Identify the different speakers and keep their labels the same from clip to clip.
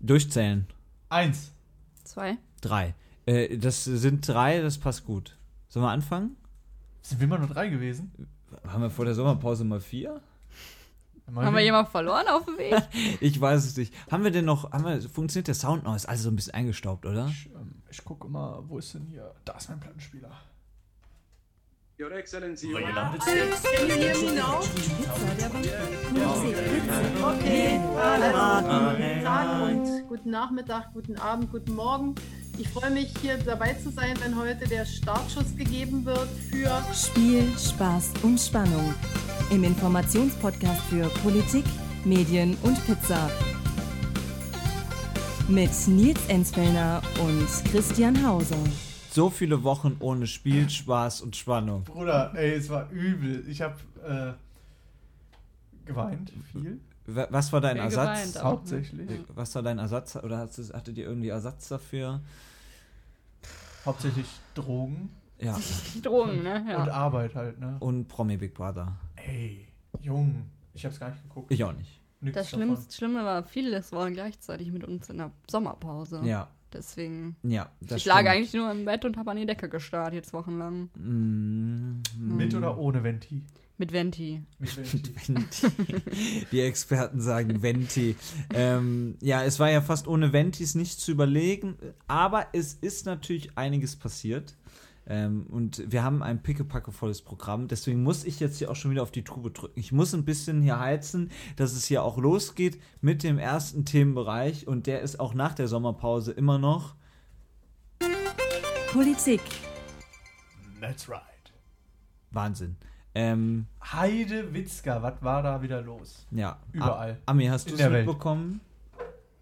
Speaker 1: Durchzählen.
Speaker 2: Eins.
Speaker 3: Zwei.
Speaker 1: Drei. Äh, das sind drei, das passt gut. Sollen wir anfangen?
Speaker 2: Sind wir immer nur drei gewesen?
Speaker 1: Haben wir vor der Sommerpause mal vier?
Speaker 2: Mal
Speaker 3: Haben wir
Speaker 2: wieder.
Speaker 3: jemanden verloren auf dem Weg?
Speaker 1: Ich weiß es nicht. Haben wir denn noch, haben wir, funktioniert der Sound noch? Ist also so ein bisschen eingestaubt, oder?
Speaker 2: Ich, ähm, ich gucke immer, wo ist denn hier? Da ist mein Plattenspieler.
Speaker 4: Your Excellency.
Speaker 5: Okay, alle Abend und guten Nachmittag, guten Abend, guten Morgen. Ich freue mich, hier dabei zu sein, wenn heute der Startschuss gegeben wird für
Speaker 6: Spiel, Spaß und Spannung. Im Informationspodcast für Politik, Medien und Pizza. Mit Nils Enzfellner und Christian Hauser.
Speaker 1: So viele Wochen ohne Spiel, Spaß und Spannung.
Speaker 2: Bruder, ey, es war übel. Ich habe äh, geweint, viel.
Speaker 1: Wa- Was war dein
Speaker 3: Viel
Speaker 1: Ersatz?
Speaker 3: geweint, aber-
Speaker 2: Hauptsächlich.
Speaker 1: Was war dein Ersatz? Oder hast du, hattet ihr irgendwie Ersatz dafür?
Speaker 2: Hauptsächlich Drogen
Speaker 1: Ja.
Speaker 3: Drogen, ne?
Speaker 2: und
Speaker 3: Ja.
Speaker 2: Arbeit halt, ne?
Speaker 1: Und Promi Big Brother.
Speaker 2: Ey, Jung. Ich hab's gar nicht geguckt.
Speaker 1: Ich auch nicht.
Speaker 2: Nix
Speaker 3: Das
Speaker 2: davon.
Speaker 3: Schlimmste, Schlimme war, vieles waren gleichzeitig mit uns in der Sommerpause.
Speaker 1: Ja.
Speaker 3: Deswegen.
Speaker 1: Ja, das
Speaker 3: ich lag
Speaker 1: stimmt.
Speaker 3: eigentlich nur im Bett und habe an die Decke gestarrt, jetzt wochenlang.
Speaker 1: Mm,
Speaker 2: Mit oder ohne Venti?
Speaker 3: Mit Venti.
Speaker 2: Mit Venti.
Speaker 1: Venti. Die Experten sagen Venti. ähm, ja, es war ja fast ohne Ventis nicht zu überlegen, aber es ist natürlich einiges passiert. Ähm, und wir haben ein pickepackevolles Programm, deswegen muss ich jetzt hier auch schon wieder auf die Tube drücken. Ich muss ein bisschen hier heizen, dass es hier auch losgeht mit dem ersten Themenbereich und der ist auch nach der Sommerpause immer noch.
Speaker 6: Politik,
Speaker 2: That's right.
Speaker 1: Wahnsinn. Ähm,
Speaker 2: Heide Witzka, was war da wieder los?
Speaker 1: ja.
Speaker 2: Überall.
Speaker 1: A Ami, hast
Speaker 2: In
Speaker 1: du es
Speaker 2: der Welt.
Speaker 1: mitbekommen?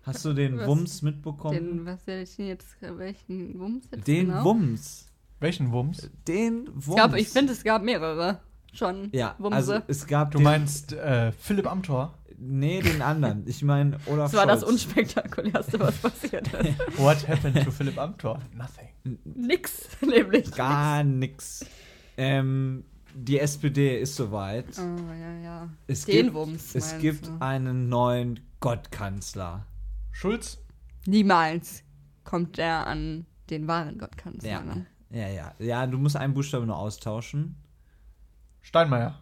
Speaker 1: Hast du den
Speaker 3: Was?
Speaker 1: Wumms mitbekommen?
Speaker 3: Den, was hätte ich denn jetzt, welchen Wumms jetzt
Speaker 1: Den
Speaker 3: genau?
Speaker 1: Wumms.
Speaker 2: Welchen Wumms?
Speaker 1: Den Wumms.
Speaker 3: Es gab, ich finde, es gab mehrere schon.
Speaker 1: ja,
Speaker 3: Wumse.
Speaker 1: also es gab
Speaker 2: Du
Speaker 1: den,
Speaker 2: meinst äh, Philipp Amthor?
Speaker 1: nee, den anderen. Ich meine Olaf
Speaker 3: das war das
Speaker 1: Scholz.
Speaker 3: unspektakulärste, was passiert ist.
Speaker 2: What happened to Philipp Amthor? Nothing.
Speaker 3: Nix, nämlich.
Speaker 1: Gar nix. Ähm, die SPD ist soweit.
Speaker 3: Oh, ja, ja.
Speaker 1: Es
Speaker 3: Den
Speaker 1: gibt,
Speaker 3: Wumms,
Speaker 1: Es
Speaker 3: meinst
Speaker 1: gibt
Speaker 3: du?
Speaker 1: einen neuen Gottkanzler.
Speaker 2: Schulz?
Speaker 3: Niemals kommt der an den wahren Gottkanzler.
Speaker 1: Ja.
Speaker 3: ne?
Speaker 1: ja, ja, ja. Du musst einen Buchstaben nur austauschen.
Speaker 2: Steinmeier.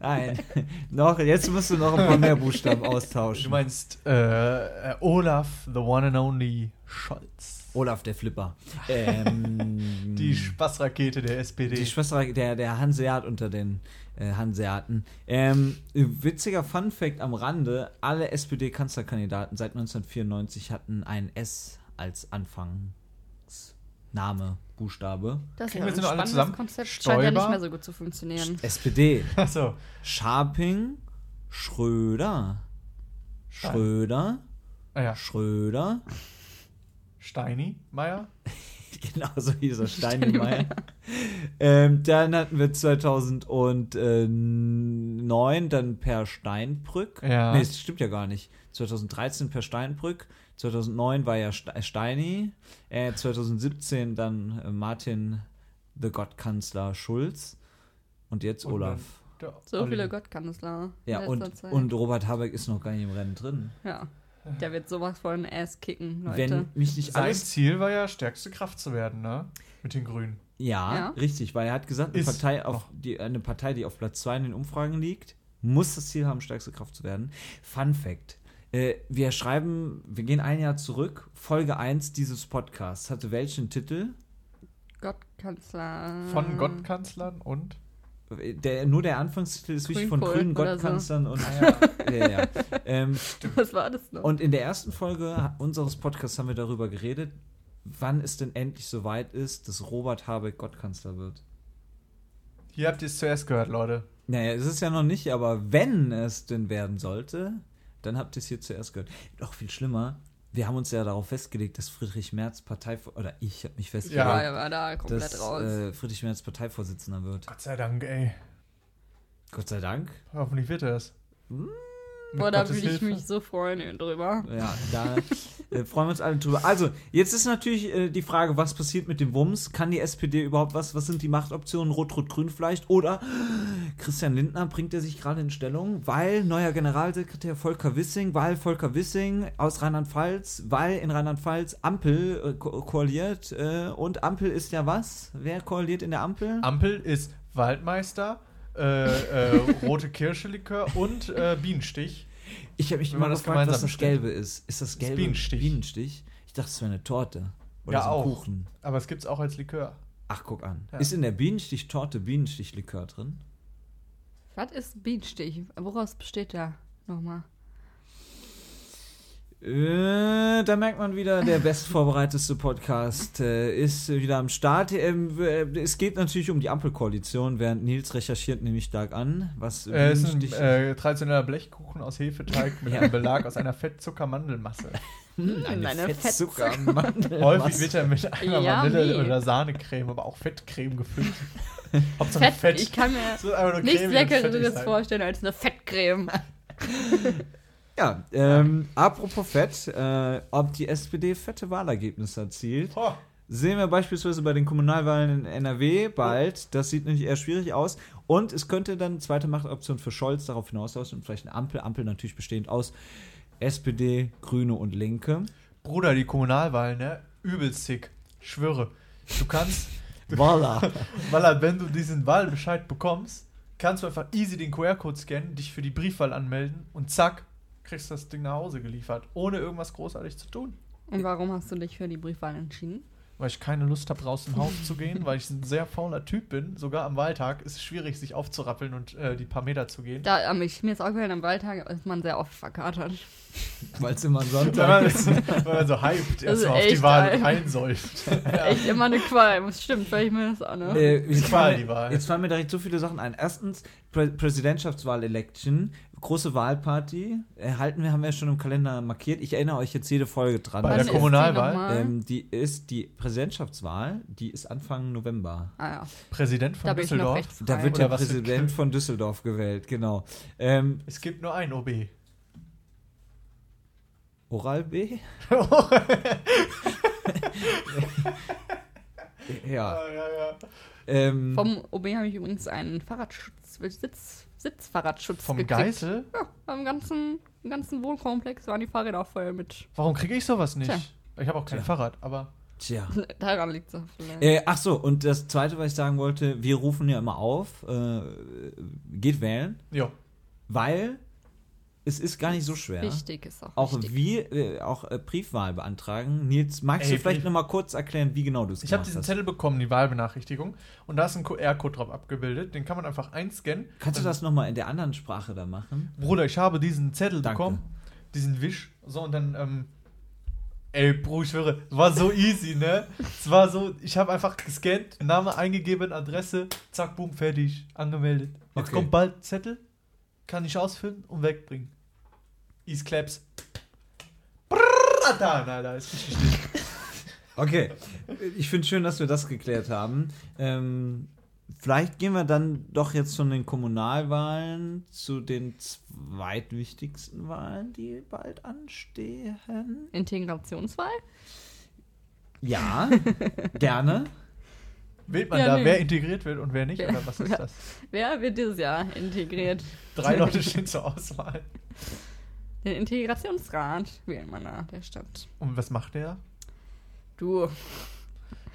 Speaker 1: Nein, noch. Jetzt musst du noch ein paar mehr Buchstaben austauschen.
Speaker 2: Du meinst äh, äh, Olaf, the one and only Scholz.
Speaker 1: Olaf der Flipper. Ähm,
Speaker 2: Die Spaßrakete der SPD.
Speaker 1: Die Schwester der, der Hanseat unter den äh, Hanseaten. Ähm, witziger Fun Fact am Rande: Alle SPD-Kanzlerkandidaten seit 1994 hatten ein S als Anfangsname, Buchstabe.
Speaker 3: Das ist
Speaker 2: Kriegen
Speaker 3: ja
Speaker 2: wir
Speaker 3: ein
Speaker 2: sie noch alle
Speaker 3: spannendes
Speaker 2: zusammen?
Speaker 3: Konzept. Scheint ja
Speaker 2: Stoiber?
Speaker 3: nicht mehr so gut zu funktionieren.
Speaker 1: SPD.
Speaker 2: Achso.
Speaker 1: Scharping, Schröder, Schröder,
Speaker 2: Ah ja,
Speaker 1: Schröder.
Speaker 2: Steini Meier.
Speaker 1: Genau so hieß er, Steinmeier. ähm, dann hatten wir 2009 dann Per Steinbrück.
Speaker 2: Ja.
Speaker 1: Nee, das stimmt ja gar nicht. 2013 Per Steinbrück. 2009 war ja Ste- Steini. Äh, 2017 dann äh, Martin, the Gottkanzler Schulz. Und jetzt
Speaker 2: Und
Speaker 1: Olaf.
Speaker 2: dann der
Speaker 3: So
Speaker 2: Olli.
Speaker 3: viele Gottkanzler. in
Speaker 1: Ja,
Speaker 3: letzter
Speaker 1: und,
Speaker 3: Zeit.
Speaker 1: und Robert Habeck ist noch gar nicht im Rennen drin.
Speaker 3: Ja. Der wird sowas von Ass kicken, Leute.
Speaker 1: Wenn mich nicht
Speaker 2: Sein
Speaker 1: alles.
Speaker 2: Ziel war ja, stärkste Kraft zu werden, ne? Mit den Grünen.
Speaker 1: Ja,
Speaker 3: Ja.
Speaker 1: richtig, weil er hat gesagt, eine
Speaker 2: Ist
Speaker 1: Partei, auf
Speaker 2: noch.
Speaker 1: die, eine Partei, die auf Platz 2 in den Umfragen liegt, muss das Ziel haben, stärkste Kraft zu werden. Fun Fact. Äh, Wir schreiben, wir gehen ein Jahr zurück. Folge 1 dieses Podcasts hatte welchen Titel?
Speaker 3: Gottkanzler.
Speaker 2: Von Gottkanzlern und.
Speaker 1: Der, nur der Anfangstitel ist wichtig von
Speaker 3: Grünkohl
Speaker 1: grünen
Speaker 3: oder so.
Speaker 1: Gottkanzlern und. ja, ja. Ähm,
Speaker 3: Was war das noch?
Speaker 1: Und in der ersten Folge unseres Podcasts haben wir darüber geredet, wann es denn endlich soweit ist, dass Robert Habeck Gottkanzler wird.
Speaker 2: Hier habt ihr es zuerst gehört, Leute.
Speaker 1: Naja, es ist ja noch nicht, aber wenn es denn werden sollte, dann habt ihr es hier zuerst gehört. Noch viel schlimmer, wir haben uns ja darauf festgelegt, dass Friedrich Merz Partei oder ich habe mich festgelegt,
Speaker 3: ja,
Speaker 2: Ja.
Speaker 3: er war da komplett
Speaker 1: dass
Speaker 3: raus.
Speaker 1: äh, Friedrich Merz Parteivorsitzender wird.
Speaker 2: Gott sei Dank, ey.
Speaker 1: Gott sei Dank.
Speaker 2: Hoffentlich wird er es. Mit
Speaker 3: Mm, Boah, da
Speaker 2: Gottes
Speaker 3: würde ich
Speaker 2: Hilfe.
Speaker 3: mich so freuen drüber.
Speaker 1: Ja, da äh, freuen wir uns alle drüber. Also, jetzt ist natürlich äh, die Frage, was passiert mit dem Wumms? Kann die SPD überhaupt was? Was sind die Machtoptionen? Rot-Rot-Grün vielleicht? Oder Christian Lindner bringt er sich gerade in Stellung, weil neuer Generalsekretär Volker Wissing, weil Volker Wissing aus Rheinland-Pfalz, weil in Rheinland-Pfalz Ampel äh, ko koaliert äh, und Ampel ist ja was? Wer koaliert in der Ampel?
Speaker 2: Ampel ist Waldmeister, äh, äh, rote Kirschelikör und äh, Bienenstich.
Speaker 1: Ich habe mich
Speaker 2: Wenn
Speaker 1: immer
Speaker 2: man das
Speaker 1: gefragt, was
Speaker 2: gemeinsam
Speaker 1: das Gelbe ist. Ist das Gelbe
Speaker 2: Bienenstich.
Speaker 1: Bienenstich? Ich dachte, es wäre eine Torte oder
Speaker 2: Ja,
Speaker 1: so ein
Speaker 2: auch.
Speaker 1: Kuchen.
Speaker 2: Aber es gibt es auch als Likör.
Speaker 1: Ach, guck an.
Speaker 2: Ja.
Speaker 1: Ist in der Bienenstichtorte Bienenstichlikör drin?
Speaker 3: Was ist Bienenstich? Woraus besteht der nochmal?
Speaker 1: Äh, da merkt man wieder, der bestvorbereiteste Podcast äh, ist wieder am Start. Ähm, äh, es geht natürlich um die Ampelkoalition, während Nils recherchiert nämlich stark an, was
Speaker 2: Äh, es ist ein
Speaker 1: Bienenstich-
Speaker 2: äh, traditioneller Blechkuchen aus Hefeteig mit einem Belag aus einer Fettzuckermandelmasse.
Speaker 1: Hm, eine
Speaker 3: eine
Speaker 1: Fettzucker am Mandel-
Speaker 2: Häufig
Speaker 1: was?
Speaker 2: wird er mit einer
Speaker 3: Ja,
Speaker 2: Vanille-
Speaker 3: nee.
Speaker 2: oder Sahnecreme, aber auch Fettcreme gefüllt. Hauptsache
Speaker 3: Fett,
Speaker 2: Fett.
Speaker 3: Ich kann mir
Speaker 2: Es wird einfach nur
Speaker 3: nichts
Speaker 2: cremig und fettig
Speaker 3: Leckeres
Speaker 2: sein.
Speaker 3: vorstellen als eine Fettcreme.
Speaker 1: Ja, ähm, apropos Fett, äh, ob die SPD fette Wahlergebnisse erzielt,
Speaker 2: Boah,
Speaker 1: sehen wir beispielsweise bei den Kommunalwahlen in NRW bald. Das sieht nämlich eher schwierig aus. Und es könnte dann zweite Machtoption für Scholz darauf hinauslaufen und vielleicht eine Ampel. Ampel natürlich bestehend aus SPD, Grüne und Linke.
Speaker 2: Bruder, die Kommunalwahl, ne? Übelst sick. Schwöre. Du kannst,
Speaker 1: Voila.
Speaker 2: weil halt, wenn du diesen Wahlbescheid bekommst, kannst du einfach easy den QR-Code scannen, dich für die Briefwahl anmelden und zack, kriegst das Ding nach Hause geliefert, ohne irgendwas großartig zu tun.
Speaker 3: Und warum hast du dich für die Briefwahl entschieden?
Speaker 2: Weil ich keine Lust habe, raus im Haus zu gehen, weil ich ein sehr fauler Typ bin. Sogar am Wahltag ist es schwierig, sich aufzurappeln und äh, die paar Meter zu gehen.
Speaker 3: Da, ähm, ich, mir ist aufgefallen, am Wahltag ist man sehr oft verkatert.
Speaker 1: Weil es immer ein
Speaker 2: Wenn
Speaker 1: Sonntag
Speaker 2: man,
Speaker 1: ist.
Speaker 2: wenn man so hyped
Speaker 3: Also
Speaker 2: erstmal auf die
Speaker 3: echt,
Speaker 2: Wahl
Speaker 3: Alter.
Speaker 2: einsäuft.
Speaker 3: Echt immer eine Qual. Das stimmt, weil ich mir das an. Ne?
Speaker 1: Äh,
Speaker 2: Ich
Speaker 1: jetzt, fallen
Speaker 2: wahl die
Speaker 1: mir,
Speaker 2: Wahl.
Speaker 1: jetzt fallen mir direkt so viele Sachen ein. Erstens, Prä Präsidentschaftswahl-Election, große Wahlparty. Erhalten wir, haben wir ja schon im Kalender markiert. Ich erinnere euch jetzt jede Folge dran.
Speaker 2: Bei
Speaker 3: Wann
Speaker 2: der
Speaker 3: Also, ist die
Speaker 2: Kommunalwahl?
Speaker 3: nochmal?
Speaker 1: Ähm, die ist die Präsidentschaftswahl, die ist Anfang November.
Speaker 3: ah ja,
Speaker 2: Präsident
Speaker 3: da
Speaker 2: von
Speaker 3: bin ich noch recht
Speaker 2: Düsseldorf.
Speaker 3: frei.
Speaker 1: Da wird
Speaker 2: Oder
Speaker 1: der
Speaker 2: was für-
Speaker 1: Präsident von Düsseldorf gewählt, genau. Ähm,
Speaker 2: Es gibt nur einen OB.
Speaker 1: Oral B? ja.
Speaker 2: Ja, ja, ja.
Speaker 1: Ähm,
Speaker 3: Vom OB habe ich übrigens einen Fahrradschutz, Sitz, Sitzfahrradschutz
Speaker 2: Vom
Speaker 3: gekriegt.
Speaker 2: Geißel?
Speaker 3: Ja, am ganzen, im ganzen Wohnkomplex waren die Fahrräder voll mit.
Speaker 2: Warum kriege ich sowas nicht?
Speaker 3: Tja.
Speaker 2: Ich habe auch kein
Speaker 1: Tja.
Speaker 2: Fahrrad, aber
Speaker 1: tja.
Speaker 3: Daran liegt es vielleicht.
Speaker 1: Äh, ach so, und das Zweite, was ich sagen wollte, wir rufen ja immer auf, äh, geht wählen,
Speaker 2: ja.
Speaker 1: weil es ist gar nicht so schwer.
Speaker 3: Wichtig ist auch.
Speaker 1: Auch
Speaker 3: wichtig.
Speaker 1: wir, äh, auch äh, Briefwahl beantragen. Nils, magst
Speaker 2: Ey,
Speaker 1: du vielleicht
Speaker 2: Brief-
Speaker 1: nochmal kurz erklären, wie genau du es
Speaker 2: Ich habe
Speaker 1: gemacht
Speaker 2: diesen
Speaker 1: hast?
Speaker 2: Zettel bekommen, die Wahlbenachrichtigung, und da ist ein QR-Code drauf abgebildet. Den kann man einfach einscannen.
Speaker 1: Kannst du das nochmal in der anderen Sprache da machen?
Speaker 2: Bruder, ich habe diesen Zettel
Speaker 1: Danke.
Speaker 2: bekommen, diesen Wisch. So, und dann, ähm, ey, Bro, ich schwöre, es war so easy, ne? Es war so, ich habe einfach gescannt, Name eingegeben, Adresse, zack, boom, fertig, angemeldet. Jetzt
Speaker 1: Okay.
Speaker 2: kommt bald Zettel, kann ich ausfüllen und wegbringen. Ease claps. Brrrr, da, nein, da ist richtig schlimm.
Speaker 1: Okay, ich finde schön, dass wir das geklärt haben. Ähm, vielleicht gehen wir dann doch jetzt von den Kommunalwahlen zu den zweitwichtigsten Wahlen, die bald anstehen.
Speaker 3: Integrationswahl?
Speaker 1: Ja, gerne.
Speaker 2: Wählt man
Speaker 3: Ja,
Speaker 2: da,
Speaker 3: nee.
Speaker 2: wer integriert wird und wer nicht, oder was ist
Speaker 3: Ja.
Speaker 2: das?
Speaker 3: Wer wird dieses Jahr integriert?
Speaker 2: Drei Leute stehen zur Auswahl.
Speaker 3: Den Integrationsrat wählen wir nach der Stadt.
Speaker 2: Und was macht der?
Speaker 3: Du.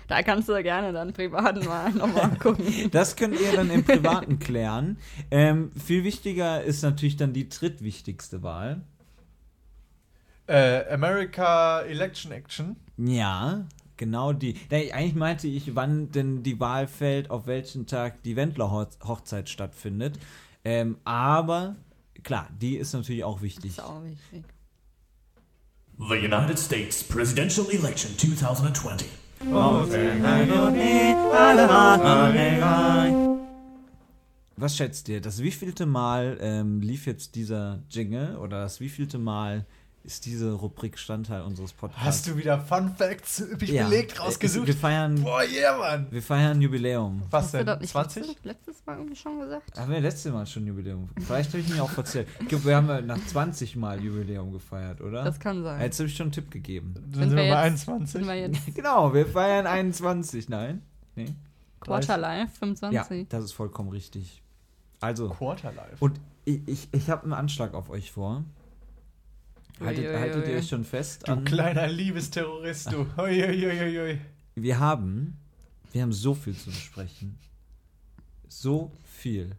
Speaker 3: Da kannst du gerne dann privaten mal nochmal gucken.
Speaker 1: Das könnt ihr dann im Privaten klären. Ähm, viel wichtiger ist natürlich dann die drittwichtigste Wahl.
Speaker 2: Äh, America Election Action.
Speaker 1: Ja, genau die. Nee, eigentlich meinte ich, wann denn die Wahl fällt, auf welchen Tag die Wendler-Hochzeit stattfindet. Ähm, aber klar, die ist natürlich auch wichtig.
Speaker 3: Ist auch wichtig.
Speaker 7: The United States presidential election 2020.
Speaker 1: Was schätzt ihr? Das wievielte Mal ähm, lief jetzt dieser Jingle oder das wievielte Mal ist diese Rubrik Standteil unseres Podcasts?
Speaker 2: Hast du wieder Fun Facts üppig
Speaker 1: Ja,
Speaker 2: belegt
Speaker 1: äh, Wir
Speaker 2: rausgesucht?
Speaker 1: feiern,
Speaker 2: Boah, yeah, Mann.
Speaker 1: wir feiern Jubiläum.
Speaker 2: Was
Speaker 3: Hast du
Speaker 2: denn?
Speaker 3: das nicht
Speaker 2: 20?
Speaker 3: letztes- letztes Mal irgendwie schon gesagt?
Speaker 1: Haben wir letztes Mal schon Jubiläum? Vielleicht habe ich mich auch verzählt. Ich glaube, wir haben ja nach 20 Mal Jubiläum gefeiert, oder?
Speaker 3: Das kann sein.
Speaker 1: Jetzt habe ich schon einen Tipp gegeben.
Speaker 2: Dann
Speaker 3: Sind
Speaker 2: sind wir
Speaker 3: wir
Speaker 2: bei
Speaker 3: jetzt- Sind wir
Speaker 2: 21.
Speaker 3: jetzt
Speaker 1: Genau, wir feiern 21, nein? Nee.
Speaker 3: Quarterlife
Speaker 1: Ja,
Speaker 3: 25?
Speaker 1: das ist vollkommen richtig. Also,
Speaker 2: Quarterlife.
Speaker 1: und ich, ich, ich habe einen Anschlag auf euch vor. Haltet,
Speaker 3: Uiuiui.
Speaker 1: haltet ihr euch schon fest?
Speaker 2: Du
Speaker 1: an-
Speaker 2: kleiner Liebesterrorist, du. Oi, oi, oi, oi, oi.
Speaker 1: wir haben, wir haben so viel zu besprechen. So viel.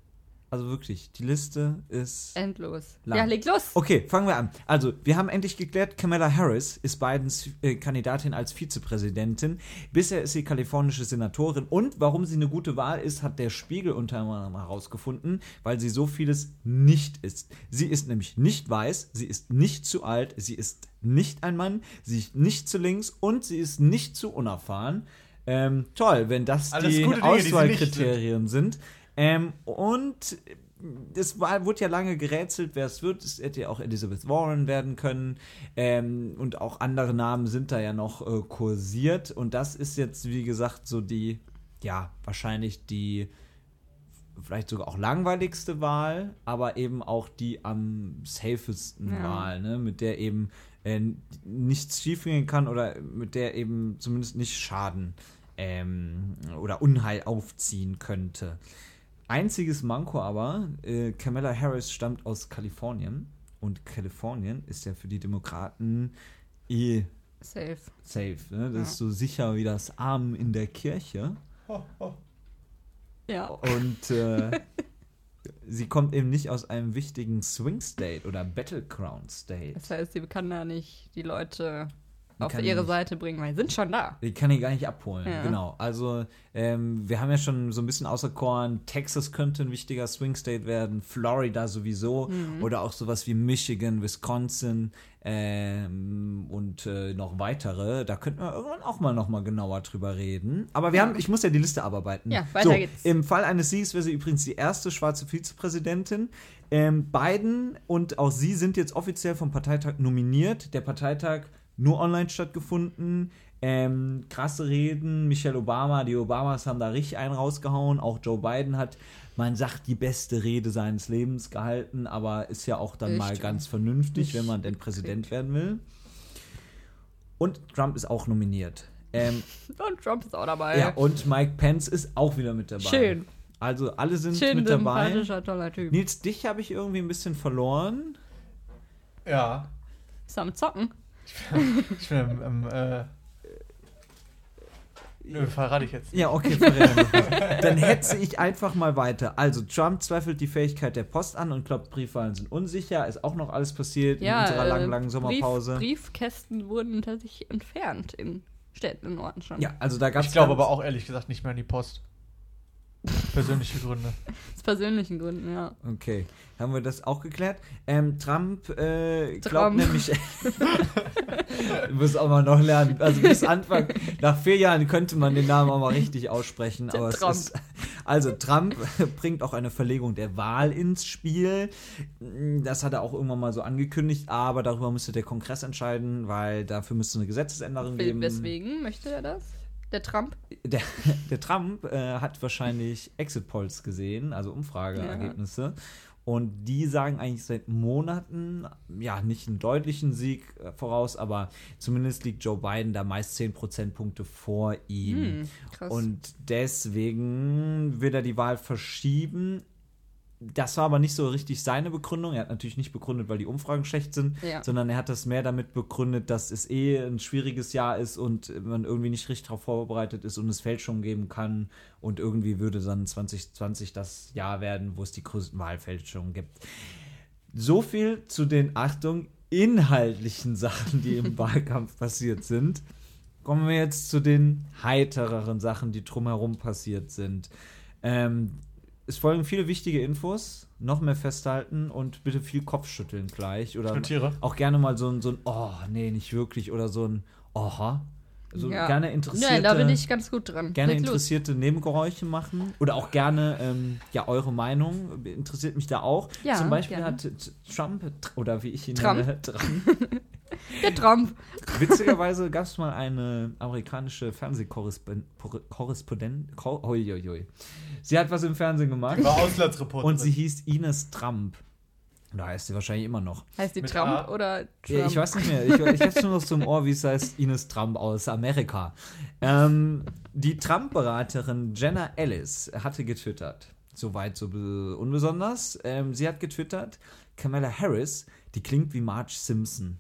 Speaker 1: Also wirklich, die Liste ist
Speaker 3: Endlos.
Speaker 1: Lang.
Speaker 3: Ja, leg los.
Speaker 1: Okay, fangen wir an. Also, wir haben endlich geklärt, Kamala Harris ist Bidens äh, Kandidatin als Vizepräsidentin. Bisher ist sie kalifornische Senatorin. Und warum sie eine gute Wahl ist, hat der Spiegel unter anderem herausgefunden, weil sie so vieles nicht ist. Sie ist nämlich nicht weiß, sie ist nicht zu alt, sie ist nicht ein Mann, sie ist nicht zu links und sie ist nicht zu unerfahren. Ähm, toll, wenn das
Speaker 2: Alles
Speaker 1: die
Speaker 2: gute Dinge, die sie nicht
Speaker 1: Auswahlkriterien sind. Ähm, und es war, wurde ja lange gerätselt, wer es wird. Es hätte ja auch Elizabeth Warren werden können. Ähm, und auch andere Namen sind da ja noch äh, kursiert. Und das ist jetzt, wie gesagt, so die, ja, wahrscheinlich die vielleicht sogar auch langweiligste Wahl, aber eben auch die am safesten
Speaker 3: Ja.
Speaker 1: Wahl, ne? mit der eben äh, nichts schiefgehen kann oder mit der eben zumindest nicht Schaden ähm, oder Unheil aufziehen könnte. Einziges Manko aber, äh, Kamala Harris stammt aus Kalifornien und Kalifornien ist ja für die Demokraten eh
Speaker 3: Safe.
Speaker 1: safe. Ne? Das ist so sicher wie das Armen in der Kirche.
Speaker 2: Ho, ho.
Speaker 3: Ja.
Speaker 1: Und äh, sie kommt eben nicht aus einem wichtigen Swing State oder Battleground State.
Speaker 3: Das heißt, sie kann da nicht die Leute
Speaker 1: Man
Speaker 3: auf
Speaker 1: kann
Speaker 3: ihre
Speaker 1: nicht-
Speaker 3: Seite bringen, weil sie sind schon da.
Speaker 1: Die kann ich gar nicht abholen,
Speaker 3: Ja.
Speaker 1: genau. Also, ähm, wir haben ja schon so ein bisschen auserkoren, Texas könnte ein wichtiger Swing State werden, Florida sowieso
Speaker 3: Mhm.
Speaker 1: oder auch sowas wie Michigan, Wisconsin ähm, und äh, noch weitere. Da könnten wir irgendwann auch mal nochmal genauer drüber reden. Aber wir haben, ich muss ja die Liste abarbeiten.
Speaker 3: Ja, weiter
Speaker 1: so,
Speaker 3: geht's.
Speaker 1: Im Fall eines Sieges wäre sie übrigens die erste schwarze Vizepräsidentin. Ähm, Biden und auch sie sind jetzt offiziell vom Parteitag nominiert. Der Parteitag nur online stattgefunden. Ähm, krasse Reden, Michelle Obama, die Obamas haben da richtig einen rausgehauen. Auch Joe Biden hat, man sagt, die beste Rede seines Lebens gehalten, aber ist ja auch dann mal
Speaker 3: Richtig.
Speaker 1: ganz vernünftig, wenn man denn
Speaker 3: Richtig.
Speaker 1: Präsident werden will. Und Trump ist auch nominiert. Ähm,
Speaker 3: Und Trump ist auch dabei.
Speaker 1: ja, und Mike Pence ist auch wieder mit dabei.
Speaker 3: Äh, Schön.
Speaker 1: Also alle sind
Speaker 3: Schön
Speaker 1: mit dabei.
Speaker 3: sympathischer, toller Typ.
Speaker 1: Nils, dich habe ich irgendwie ein bisschen verloren.
Speaker 2: Ja,
Speaker 3: Ist am Zocken.
Speaker 2: ich bin am. am äh, nö, verrate ich jetzt.
Speaker 1: Ja, okay, verrät mich nicht. Dann hetze ich einfach mal weiter. Also, Trump zweifelt die Fähigkeit der Post an und glaubt, Briefwahlen sind unsicher. Ist auch noch alles passiert in unserer langen, langen Sommerpause.
Speaker 3: äh, Brief, Briefkästen wurden tatsächlich entfernt in Städten und Orten schon.
Speaker 1: Ja, also da gab es.
Speaker 2: Ich glaube aber auch ehrlich gesagt nicht mehr an die Post. Persönliche Gründe.
Speaker 3: Aus persönlichen Gründen, ja.
Speaker 1: Okay, haben wir das auch geklärt? Ähm, Trump äh, glaubt
Speaker 3: Trump.
Speaker 1: nämlich. du musst auch mal noch lernen. Also bis Anfang, nach vier Jahren könnte man den Namen auch mal richtig aussprechen.
Speaker 3: Der
Speaker 1: Aber
Speaker 3: Trump.
Speaker 1: Es ist, also Trump bringt auch eine Verlegung der Wahl ins Spiel. Das hat er auch irgendwann mal so angekündigt, aber darüber müsste der Kongress entscheiden, weil dafür müsste eine Gesetzesänderung geben.
Speaker 3: Weswegen möchte er das? Der Trump?
Speaker 1: Der, der Trump äh, hat wahrscheinlich Exit-Polls gesehen, also Umfrageergebnisse. Und die sagen eigentlich seit Monaten, ja, nicht einen deutlichen Sieg äh, voraus, aber zumindest liegt Joe Biden da meist 10 Prozentpunkte vor ihm.
Speaker 3: Hm, krass.
Speaker 1: Und deswegen will er die Wahl verschieben. Das war aber nicht so richtig seine Begründung. Er hat natürlich nicht begründet, weil die Umfragen schlecht sind,
Speaker 3: Ja.
Speaker 1: sondern er hat das mehr damit begründet, dass es eh ein schwieriges Jahr ist und man irgendwie nicht richtig darauf vorbereitet ist und es Fälschungen geben kann. Und irgendwie würde dann 2020 das Jahr werden, wo es die größten Wahlfälschungen gibt. So viel zu den, Achtung, inhaltlichen Sachen, die im Wahlkampf passiert sind. Kommen wir jetzt zu den heitereren Sachen, die drumherum passiert sind. Ähm, es folgen viele wichtige Infos, noch mehr festhalten und bitte viel Kopfschütteln gleich. Oder
Speaker 2: Ich notiere.
Speaker 1: auch gerne mal so ein, so ein, oh, nee, nicht wirklich, oder so ein, oha. So
Speaker 3: Ja.
Speaker 1: gerne interessierte,
Speaker 3: Nein, da bin ich ganz gut dran.
Speaker 1: gerne
Speaker 3: Leg los.
Speaker 1: interessierte Nebengeräusche machen oder auch gerne ähm, ja eure Meinung interessiert mich da auch.
Speaker 3: Ja,
Speaker 1: Zum Beispiel
Speaker 3: gerne.
Speaker 1: hat T- Trump Tr- oder wie ich ihn
Speaker 3: Trump.
Speaker 1: nenne, Trump.
Speaker 3: Der Trump.
Speaker 1: Witzigerweise gab es mal eine amerikanische Fernsehkorrespondentin. Sie hat was im Fernsehen gemacht
Speaker 2: War Auslandsreporter.
Speaker 1: und sie hieß Ines Trump. Da heißt sie wahrscheinlich immer noch.
Speaker 3: Heißt die
Speaker 2: Mit
Speaker 3: Trump
Speaker 2: A.
Speaker 3: oder
Speaker 1: Ja,
Speaker 3: Trump?
Speaker 1: ich weiß nicht mehr. Ich, ich hab's nur noch so im Ohr, wie es heißt, Ines Trump aus Amerika. Ähm, die Trump-Beraterin Jenna Ellis hatte getwittert. Soweit so be- unbesonders. Ähm, sie hat getwittert, Kamala Harris, die klingt wie Marge Simpson.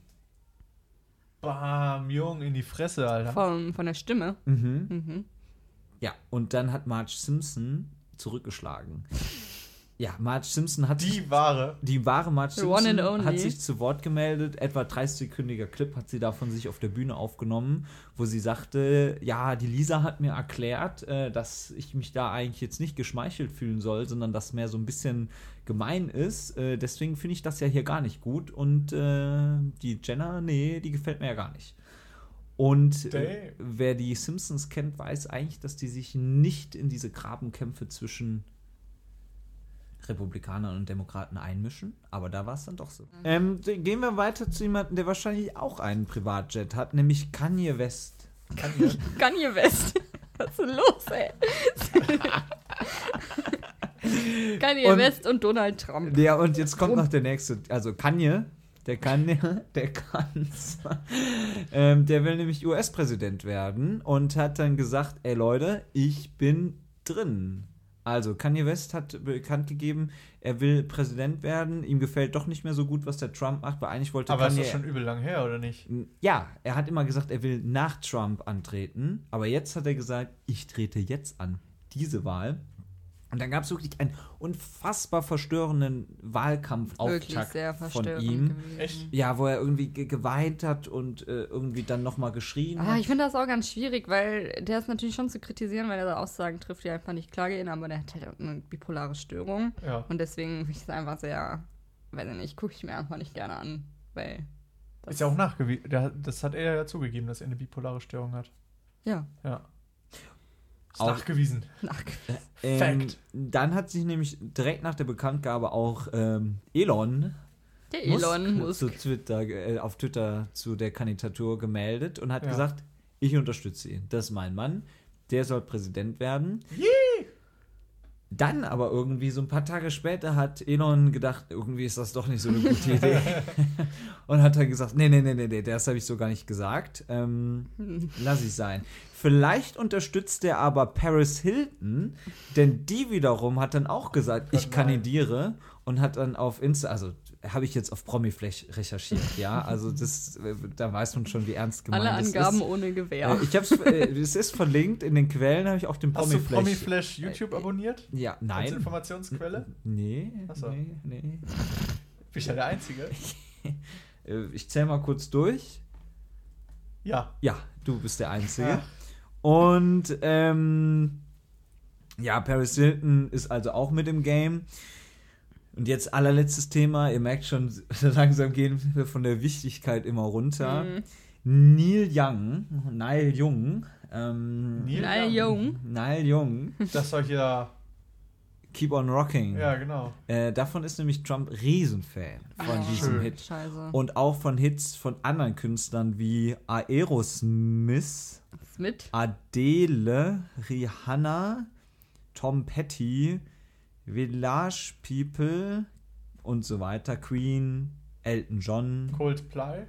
Speaker 2: Bam, Jung, in die Fresse, Alter.
Speaker 3: Von, von der Stimme.
Speaker 1: Mhm. Ja, und dann hat Marge Simpson zurückgeschlagen. Ja, Marge Simpson hat sich-
Speaker 2: Die Ware.
Speaker 1: die wahre Marge
Speaker 3: The one and
Speaker 1: Simpson
Speaker 3: only.
Speaker 1: hat sich zu Wort gemeldet. Etwa 30-sekündiger Clip hat sie davon sich auf der Bühne aufgenommen, wo sie sagte, ja, die Lisa hat mir erklärt, äh, dass ich mich da eigentlich jetzt nicht geschmeichelt fühlen soll, sondern dass mehr so ein bisschen gemein ist. Äh, deswegen finde ich das ja hier gar nicht gut. Und äh, die Jenna, nee, die gefällt mir ja gar nicht. Und äh,
Speaker 2: Damn.
Speaker 1: wer die Simpsons kennt, weiß eigentlich, dass die sich nicht in diese Grabenkämpfe zwischen Republikanern und Demokraten einmischen, aber da war es dann doch so. Ähm, d- gehen wir weiter zu jemandem, der wahrscheinlich auch einen Privatjet hat, nämlich Kanye West.
Speaker 3: Kanye West. Was ist denn los, ey? Kanye
Speaker 1: Und-
Speaker 3: West und Donald Trump.
Speaker 1: Ja, und jetzt kommt noch der nächste, also Kanye, der Kanye, der kann's. Ähm, der will nämlich US-Präsident werden und hat dann gesagt, ey Leute, ich bin drin. Also Kanye West hat bekannt gegeben, er will Präsident werden. Ihm gefällt doch nicht mehr so gut, was der Trump macht, weil eigentlich wollte
Speaker 2: Aber ist
Speaker 1: Kanye
Speaker 2: doch schon übel lang her, oder nicht?
Speaker 1: Ja, er hat immer gesagt, er will nach Trump antreten, aber jetzt hat er gesagt, ich trete jetzt an, diese Wahl. Und dann gab es wirklich einen unfassbar verstörenden
Speaker 3: Wirklich
Speaker 1: Wahlkampfauftakt
Speaker 3: sehr
Speaker 1: von
Speaker 3: verstörend.
Speaker 1: ihm.
Speaker 3: gewesen.
Speaker 2: Echt?
Speaker 1: Ja, wo er irgendwie ge geweint hat und äh, irgendwie dann nochmal geschrien
Speaker 3: Ah,
Speaker 1: hat.
Speaker 3: ich finde das auch ganz schwierig, weil der ist natürlich schon zu kritisieren, weil er da Aussagen trifft, die einfach nicht klar gehen, aber der hat halt auch eine bipolare Störung.
Speaker 2: Ja.
Speaker 3: Und deswegen finde ich es einfach sehr, weiß ich nicht, gucke ich mir einfach nicht gerne an. Weil,
Speaker 2: Ist ja auch nachgewiesen. Der- Das hat er ja zugegeben, dass er eine bipolare Störung hat.
Speaker 3: ja,
Speaker 2: Ja. Ist
Speaker 1: Auch-
Speaker 2: nachgewiesen.
Speaker 3: nachgewiesen.
Speaker 1: Ähm,
Speaker 2: Fact.
Speaker 1: dann hat sich nämlich direkt nach der Bekanntgabe auch ähm, Elon
Speaker 3: Der
Speaker 1: Musk
Speaker 3: Elon
Speaker 1: Zu
Speaker 3: Musk.
Speaker 1: Twitter, äh, auf Twitter zu der Kandidatur gemeldet und hat
Speaker 2: Ja.
Speaker 1: gesagt, ich unterstütze ihn. Das ist mein Mann. Der soll Präsident werden. Dann aber irgendwie so ein paar Tage später hat Elon gedacht, irgendwie ist das doch nicht so eine gute Idee. und hat dann gesagt, nee, nee, nee, nee, nee, das habe ich so gar nicht gesagt. Ähm, lass ich sein. Vielleicht unterstützt er aber Paris Hilton, denn die wiederum hat dann auch gesagt, ich kandidiere und hat dann auf Insta, also habe ich jetzt auf Promiflash recherchiert, ja, also das, äh, da weiß man schon, wie ernst gemeint
Speaker 3: Alle
Speaker 1: das
Speaker 3: Angaben oh
Speaker 1: ist.
Speaker 3: ohne Gewehr.
Speaker 1: Äh, ich hab's, äh, es ist verlinkt, in den Quellen habe ich auch den
Speaker 2: Hast du
Speaker 1: Promiflash.
Speaker 2: Promiflash YouTube abonniert?
Speaker 1: ja,
Speaker 2: Als
Speaker 1: nein.
Speaker 2: Informationsquelle?
Speaker 1: Nee,
Speaker 2: Ach so.
Speaker 1: nee, nee.
Speaker 2: Bin ich ja der Einzige?
Speaker 1: Äh, Ich zähle mal kurz durch.
Speaker 2: Ja.
Speaker 1: Ja, du bist der Einzige. Und ähm, ja, Paris Hilton ist also auch mit im Game. Und jetzt allerletztes Thema. Ihr merkt schon, langsam gehen wir von der Wichtigkeit immer runter.
Speaker 2: Mhm.
Speaker 1: Neil Young, Neil Jung, ähm,
Speaker 2: Neil
Speaker 3: Na,
Speaker 2: Young.
Speaker 3: Jung.
Speaker 1: Neil Jung,
Speaker 2: Das soll ja.
Speaker 1: Keep on Rocking.
Speaker 2: Ja, genau.
Speaker 1: Äh, davon ist nämlich Trump Riesenfan von
Speaker 3: Ah,
Speaker 1: diesem
Speaker 2: schön.
Speaker 1: Hit.
Speaker 3: Scheiße.
Speaker 1: Und auch von Hits von anderen Künstlern wie Aerosmith.
Speaker 3: Mit?
Speaker 1: Adele, Rihanna, Tom Petty, Village People und so weiter, Queen, Elton John.
Speaker 2: Coldplay.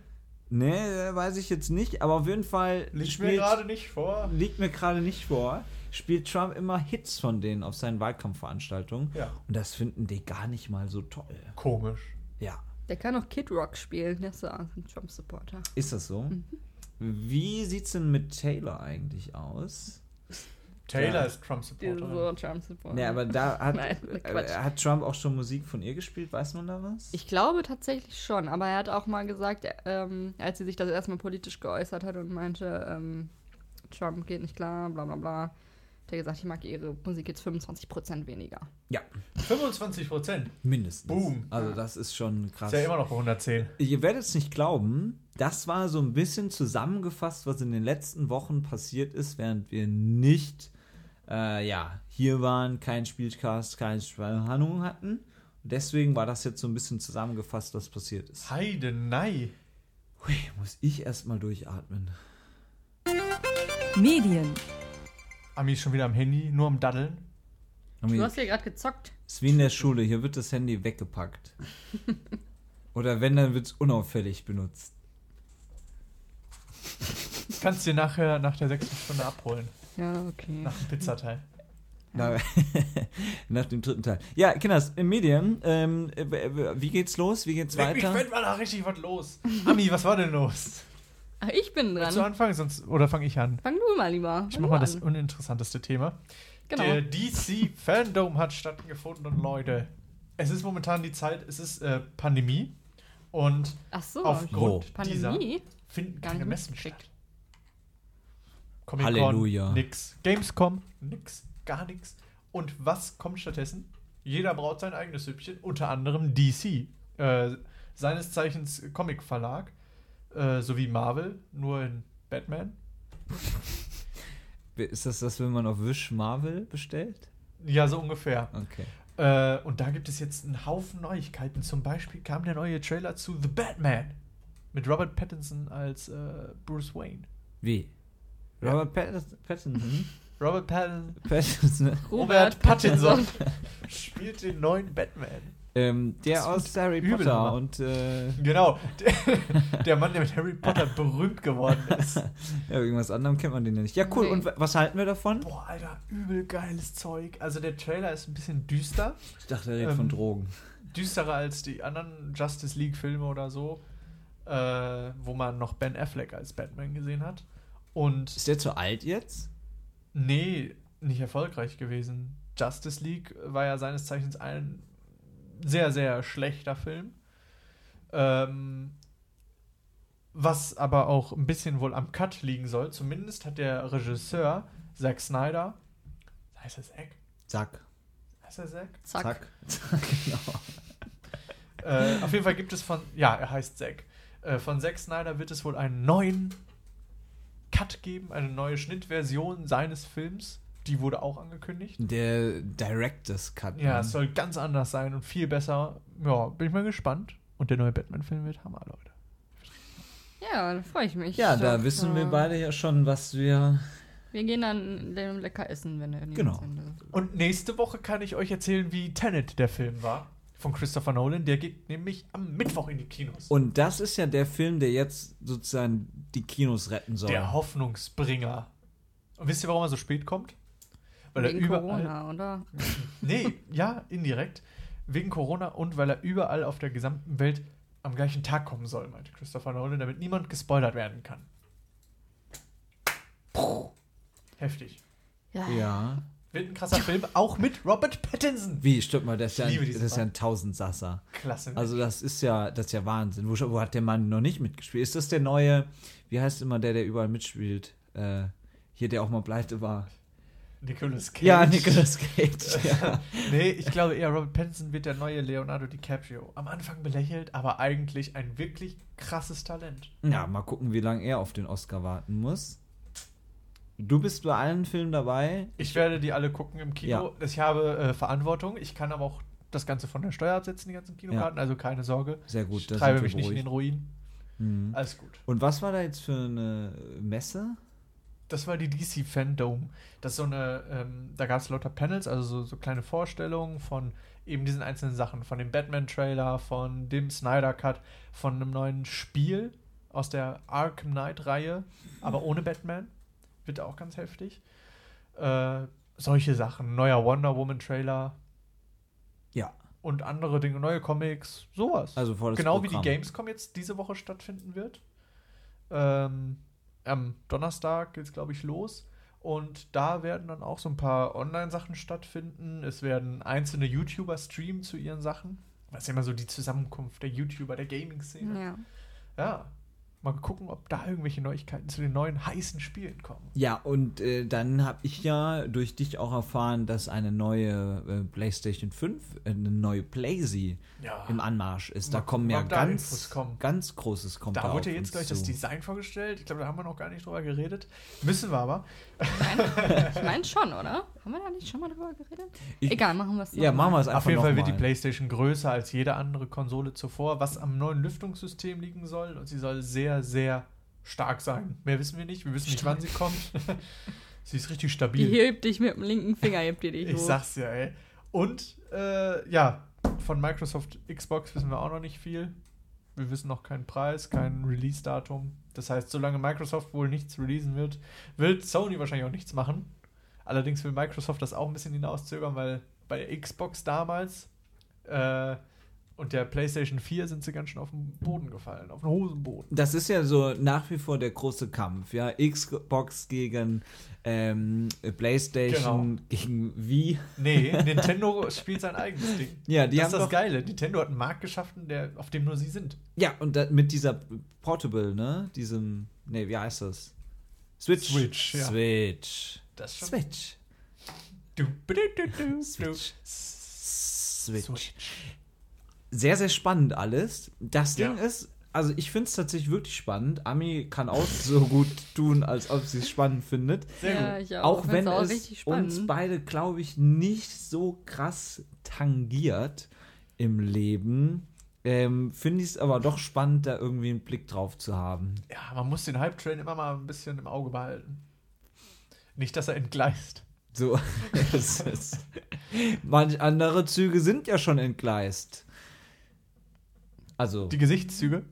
Speaker 1: Ne, weiß ich jetzt nicht, aber auf jeden Fall
Speaker 2: Liegt mir
Speaker 1: spielt-
Speaker 2: gerade nicht vor.
Speaker 1: liegt mir gerade nicht vor. Spielt Trump immer Hits von denen auf seinen Wahlkampfveranstaltungen.
Speaker 2: Ja.
Speaker 1: Und das finden die gar nicht mal so toll.
Speaker 2: Komisch.
Speaker 1: Ja.
Speaker 3: Der kann auch Kid Rock spielen. Der ist ja ein Trump-Supporter.
Speaker 1: Ist das so? Wie sieht's denn mit Taylor eigentlich aus?
Speaker 2: Taylor
Speaker 1: Ja.
Speaker 2: ist
Speaker 3: Der ist
Speaker 2: Trump-Supporter.
Speaker 3: so Trump-Supporter.
Speaker 1: Ne, aber da hat,
Speaker 3: Nein, Quatsch.
Speaker 1: äh, hat Trump auch schon Musik von ihr gespielt, weiß man da was?
Speaker 3: Ich glaube tatsächlich schon, aber er hat auch mal gesagt, ähm, als sie sich das erstmal politisch geäußert hat und meinte, ähm, Trump geht nicht klar, bla bla bla, hat er gesagt, ich mag ihre Musik jetzt 25% weniger.
Speaker 1: ja,
Speaker 2: 25 Prozent.
Speaker 1: mindestens.
Speaker 2: Boom.
Speaker 1: Also das ist schon krass.
Speaker 2: Ist ja immer noch bei 110.
Speaker 1: Ihr werdet es nicht glauben, das war so ein bisschen zusammengefasst, was in den letzten Wochen passiert ist, während wir nicht äh, ja, hier waren, kein Spielcast, keine Spannung hatten. Deswegen war das jetzt so ein bisschen zusammengefasst, was passiert ist.
Speaker 2: Heidenei.
Speaker 1: Hui, muss ich erstmal durchatmen.
Speaker 6: Medien,
Speaker 2: Ami ist schon wieder am Handy, nur am Daddeln.
Speaker 3: Du hast ja gerade gezockt.
Speaker 1: Ist wie in der Schule, hier wird das Handy weggepackt. Oder wenn, dann wird es unauffällig benutzt.
Speaker 2: Kannst dir nachher nach der sechsten Stunde abholen.
Speaker 3: Ja, okay.
Speaker 2: Nach dem Pizzateil.
Speaker 1: Na, nach dem dritten Teil. Ja, Kinders, in Medien, ähm, äh, w- wie geht's los? Wie geht's
Speaker 2: Weiter. Ich
Speaker 1: weiter?
Speaker 2: fällt mal da richtig was los. Ami, was war denn los?
Speaker 3: Ah, Ich bin
Speaker 2: Zu
Speaker 3: dran.
Speaker 2: Anfang, sonst. Oder fange ich an?
Speaker 3: Fang du mal lieber.
Speaker 2: Ich
Speaker 3: Fang
Speaker 2: mach
Speaker 3: du
Speaker 2: mal das
Speaker 3: an.
Speaker 2: uninteressanteste Thema.
Speaker 3: Genau.
Speaker 2: Der DC Fandom hat stattgefunden und Leute, es ist momentan die Zeit, es ist äh, Pandemie und
Speaker 3: Ach so.
Speaker 2: aufgrund dieser
Speaker 3: Oh, Pandemie?
Speaker 2: finden
Speaker 3: Gar
Speaker 2: keine
Speaker 3: nicht
Speaker 2: Messen
Speaker 3: mitgekriegt.
Speaker 2: statt. Comic-Con,
Speaker 1: Halleluja.
Speaker 2: Nix. Gamescom, nix, gar nix. Und was kommt stattdessen? Jeder braut sein eigenes Süppchen, unter anderem DC, äh, seines Zeichens Comic-Verlag, äh, sowie Marvel, nur in Batman.
Speaker 1: Ist das das, wenn man auf Wish Marvel bestellt?
Speaker 2: Ja, so ungefähr.
Speaker 1: Okay.
Speaker 2: Äh, und da gibt es jetzt einen Haufen Neuigkeiten. Zum Beispiel kam der neue Trailer zu The Batman mit Robert Pattinson als äh, Bruce Wayne.
Speaker 1: Wie? Robert Pattinson, Pattinson,
Speaker 2: Robert Pattinson
Speaker 1: Pattinson ne?
Speaker 2: Robert Pattinson. spielt den neuen Batman.
Speaker 1: ähm, der aus Harry
Speaker 2: übel,
Speaker 1: Potter
Speaker 2: Mann.
Speaker 1: und äh, ja,
Speaker 2: Genau, der, der Mann, der mit Harry Potter berühmt geworden ist.
Speaker 1: irgendwas anderem kennt man den ja nicht. Ja, cool.
Speaker 3: Nee.
Speaker 1: Und wa- was halten wir davon?
Speaker 2: Boah, Alter, übel geiles Zeug. Also der Trailer ist ein bisschen düster.
Speaker 1: Ich dachte, er redet
Speaker 2: Ähm,
Speaker 1: von Drogen.
Speaker 2: düsterer als die anderen Justice League-Filme oder so, äh, wo man noch Ben Affleck als Batman gesehen hat. Und
Speaker 1: Ist der zu alt jetzt?
Speaker 2: nee, nicht erfolgreich gewesen. Justice League war ja seines Zeichens ein sehr, sehr schlechter Film. Ähm, was aber auch ein bisschen wohl am Cut liegen soll. Zumindest hat der Regisseur Zack Snyder. Heißt er Zack?
Speaker 1: Zack.
Speaker 2: Heißt er Zack?
Speaker 3: Zack.
Speaker 1: Zack. genau.
Speaker 2: Äh, auf jeden Fall gibt es von, ja, er heißt Zack. Äh, von Zack Snyder wird es wohl einen neuen Cut geben, eine neue Schnittversion seines Films. Die wurde auch angekündigt.
Speaker 1: Der Director's Cut. ne?
Speaker 2: Ja,
Speaker 1: Mann.
Speaker 2: es soll ganz anders sein und viel besser. Ja, bin ich mal gespannt. Und der neue Batman-Film wird Hammer, Leute.
Speaker 3: Ja, da freue ich mich.
Speaker 1: ja da
Speaker 3: Doch,
Speaker 1: wissen wir
Speaker 3: äh,
Speaker 1: beide ja schon, was wir.
Speaker 3: Wir gehen dann le- lecker essen, wenn er
Speaker 1: Genau.
Speaker 2: Und nächste Woche kann ich euch erzählen, wie Tenet der Film war. Von Christopher Nolan. Der geht nämlich am Mittwoch in die Kinos.
Speaker 1: Und das ist ja der Film, der jetzt sozusagen die Kinos retten soll.
Speaker 2: Der Hoffnungsbringer. Und wisst ihr, warum er so spät kommt? Weil
Speaker 3: Wegen
Speaker 2: er überall
Speaker 3: Corona, oder?
Speaker 2: Nee, ja, indirekt. Wegen Corona und weil er überall auf der gesamten Welt am gleichen Tag kommen soll, meinte Christopher Nolan, damit niemand gespoilert werden kann. Heftig.
Speaker 1: ja.
Speaker 2: Wird ein krasser Film, auch mit Robert Pattinson.
Speaker 1: Wie, stimmt mal, das ist ja
Speaker 2: Ich liebe
Speaker 1: ein,
Speaker 2: diesen
Speaker 1: das ist ja
Speaker 2: Mann.
Speaker 1: ein Tausendsasser.
Speaker 2: Klasse. ne?
Speaker 1: Also das ist ja, das ist ja Wahnsinn. Wo, wo hat der Mann noch nicht mitgespielt? Ist das der neue, wie heißt immer der, der überall mitspielt? Äh, hier, der auch mal pleite war.
Speaker 2: Nicolas Cage.
Speaker 1: Ja, Nicolas Cage. ja.
Speaker 2: nee, ich glaube eher, Robert Pattinson wird der neue Leonardo DiCaprio. Am Anfang belächelt, aber eigentlich ein wirklich krasses Talent.
Speaker 1: ja, mal gucken, wie lange er auf den Oscar warten muss. Du bist bei allen Filmen dabei.
Speaker 2: Ich werde die alle gucken im Kino. Ich habe äh, Verantwortung. Ich kann aber auch das Ganze von der Steuer absetzen, die ganzen Kinokarten. Also keine Sorge.
Speaker 1: Sehr gut,
Speaker 2: Ich
Speaker 1: da
Speaker 2: treibe
Speaker 1: sind wir
Speaker 2: mich nicht in
Speaker 1: beruhigt.
Speaker 2: den Ruin.
Speaker 1: Mhm.
Speaker 2: Alles gut.
Speaker 1: Und was war da jetzt für eine Messe?
Speaker 2: Das war die DC Fandom. Das ist so eine, ähm, da gab es lauter Panels, also so, so kleine Vorstellungen von eben diesen einzelnen Sachen. Von dem Batman-Trailer, von dem Snyder-Cut, von einem neuen Spiel aus der Arkham Knight-Reihe, aber ohne Batman. Wird auch ganz heftig. Äh, solche Sachen. Neuer Wonder Woman-Trailer.
Speaker 1: Ja.
Speaker 2: und andere Dinge, neue Comics, sowas.
Speaker 1: Also vor das
Speaker 2: genau
Speaker 1: Programm.
Speaker 2: wie die Gamescom jetzt diese Woche stattfinden wird. Ähm, am Donnerstag geht's, glaube ich, los. Und da werden dann auch so ein paar Online-Sachen stattfinden. Es werden einzelne YouTuber streamen zu ihren Sachen. Das ist ja immer so die Zusammenkunft der YouTuber, der Gaming-Szene.
Speaker 3: Ja.
Speaker 2: Ja. Mal gucken, ob da irgendwelche Neuigkeiten zu den neuen heißen Spielen kommen.
Speaker 1: Ja, und äh, dann habe ich ja durch dich auch erfahren, dass eine neue äh, PlayStation 5, äh, eine neue PlaySee
Speaker 2: Ja.
Speaker 1: im Anmarsch ist. Da
Speaker 2: Mal
Speaker 1: kommen
Speaker 2: gucken,
Speaker 1: ja
Speaker 2: ob da
Speaker 1: ganz,
Speaker 2: Infos kommen.
Speaker 1: ganz großes kommt
Speaker 2: Da
Speaker 1: auf
Speaker 2: wurde jetzt
Speaker 1: uns
Speaker 2: gleich
Speaker 1: zu.
Speaker 2: das Design vorgestellt. Ich glaube, da haben wir noch gar nicht drüber geredet. Müssen wir aber.
Speaker 3: Ich meine schon, oder? Haben wir da nicht schon mal drüber geredet?
Speaker 1: Ich-
Speaker 3: Egal, machen wir es
Speaker 1: Ja, machen wir es einfach
Speaker 2: Auf jeden Fall wird die
Speaker 1: nochmal.
Speaker 2: PlayStation größer als jede andere Konsole zuvor, was am neuen Lüftungssystem liegen soll. Und sie soll sehr, sehr stark sein. Mehr wissen wir nicht. Wir wissen nicht, wann sie kommt. sie ist richtig
Speaker 3: Die
Speaker 2: stabil.
Speaker 3: hebt dich mit dem linken Finger, hebt die dich
Speaker 2: Ich
Speaker 3: hoch.
Speaker 2: sag's ja, ey. Und, äh, ja, von Microsoft Xbox wissen wir auch noch nicht viel. Wir wissen noch keinen Preis, kein Release-Datum. Das heißt, solange Microsoft wohl nichts releasen wird, wird Sony wahrscheinlich auch nichts machen. Allerdings will Microsoft das auch ein bisschen hinauszögern, weil bei der Xbox damals äh, und der PlayStation 4 sind sie ganz schön auf den Boden gefallen, auf den Hosenboden.
Speaker 1: Das ist ja so nach wie vor der große Kampf, ja. Xbox gegen ähm, PlayStation,
Speaker 2: Genau.
Speaker 1: gegen Wii.
Speaker 2: Nee, Nintendo spielt sein eigenes Ding.
Speaker 1: Ja, die
Speaker 2: das
Speaker 1: haben
Speaker 2: ist das
Speaker 1: doch-
Speaker 2: Geile. Nintendo hat einen Markt geschaffen, der, auf dem nur sie sind.
Speaker 1: Ja, und da, mit dieser Portable, ne? Diesem, nee, wie heißt das? Switch.
Speaker 2: Switch, ja.
Speaker 1: Switch.
Speaker 2: Das schon-
Speaker 1: Switch.
Speaker 2: Du, du, du, du, du.
Speaker 1: Switch. Switch.
Speaker 2: Switch.
Speaker 1: Sehr, sehr spannend alles. Das
Speaker 2: Ja.
Speaker 1: Ding ist, also ich finde es tatsächlich wirklich spannend. Ami kann auch so gut tun, als ob sie es spannend findet.
Speaker 2: Sehr gut.
Speaker 3: Ja, ich auch.
Speaker 1: auch
Speaker 3: Ich find's
Speaker 1: wenn
Speaker 3: auch
Speaker 1: es
Speaker 3: richtig spannend.
Speaker 1: uns beide, glaube ich, nicht so krass tangiert im Leben, ähm, finde ich es aber doch spannend, da irgendwie einen Blick drauf zu haben.
Speaker 2: Ja, man muss den Hype-Train immer mal ein bisschen im Auge behalten. Nicht, dass er entgleist.
Speaker 1: So, es ist. Manch andere Züge sind ja schon entgleist. Also,
Speaker 2: Die Gesichtszüge.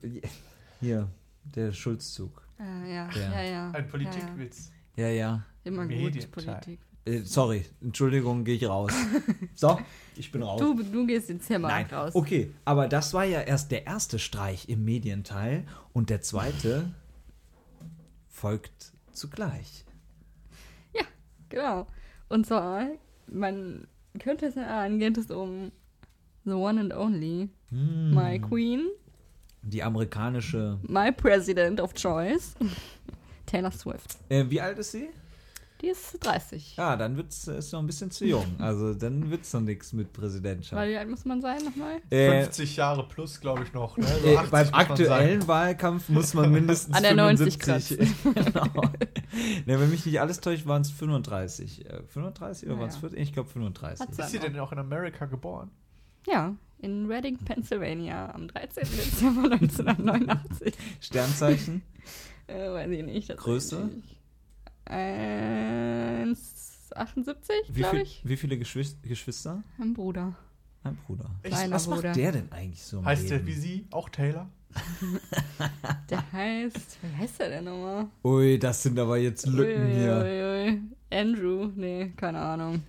Speaker 1: hier, der Schulzzug.
Speaker 3: Ah, ja,
Speaker 1: Ja.
Speaker 3: ja, ja, ja.
Speaker 2: Ein Politikwitz.
Speaker 1: Ja, ja.
Speaker 3: Immer gut,
Speaker 2: Medienteil.
Speaker 3: Politik.
Speaker 1: Äh, sorry, Entschuldigung, gehe ich raus. So, ich bin raus.
Speaker 3: Du, du gehst jetzt hier mal
Speaker 1: Nein,
Speaker 3: raus.
Speaker 1: okay, aber das war ja erst der erste Streich im Medienteil und der zweite folgt zugleich.
Speaker 3: Ja, genau. Und zwar, man könnte es erahnen, geht es um The One and Only,
Speaker 1: Hm.
Speaker 3: My Queen,
Speaker 1: Die amerikanische.
Speaker 3: My President of Choice, Taylor Swift.
Speaker 1: Äh, wie alt ist sie?
Speaker 3: Die ist 30.
Speaker 1: Ja, dann wird's, ist noch ein bisschen zu jung. Also, dann wird's noch nichts mit Präsidentschaft.
Speaker 3: Weil wie alt muss man sein nochmal?
Speaker 1: Äh,
Speaker 2: 50 Jahre plus, glaube ich, noch. Ne? So
Speaker 1: Äh,
Speaker 2: 80
Speaker 1: beim
Speaker 2: muss man
Speaker 1: aktuellen
Speaker 2: sagen.
Speaker 1: Wahlkampf muss man mindestens
Speaker 3: An der 90
Speaker 1: genau. ne, wenn mich nicht alles täuscht, waren es 35. Äh, 35 oder
Speaker 3: Ja,
Speaker 1: waren es
Speaker 3: ja.
Speaker 1: 40? Ich glaube 35.
Speaker 3: Hat's
Speaker 2: Ist sie denn auch in Amerika geboren?
Speaker 3: Ja, in Reading, Pennsylvania am 13. Dezember 1989.
Speaker 1: Sternzeichen?
Speaker 3: äh, weiß ich nicht. das weiß
Speaker 1: Größe?
Speaker 3: ich nicht. 1,78
Speaker 1: Wie,
Speaker 3: glaube
Speaker 1: viel,
Speaker 3: ich.
Speaker 1: wie viele Geschwis- Geschwister?
Speaker 3: Ein Bruder.
Speaker 1: Mein Bruder.
Speaker 2: Echt?
Speaker 3: Kleiner
Speaker 1: Was
Speaker 3: Bruder.
Speaker 1: macht der denn eigentlich so? im
Speaker 2: Heißt der
Speaker 1: Leben?
Speaker 2: wie sie auch Taylor?
Speaker 3: Der heißt, wie heißt der denn nochmal?
Speaker 1: Ui, das sind aber jetzt Lücken
Speaker 3: Ui,
Speaker 1: hier.
Speaker 3: ui, ui. Andrew, nee, keine Ahnung.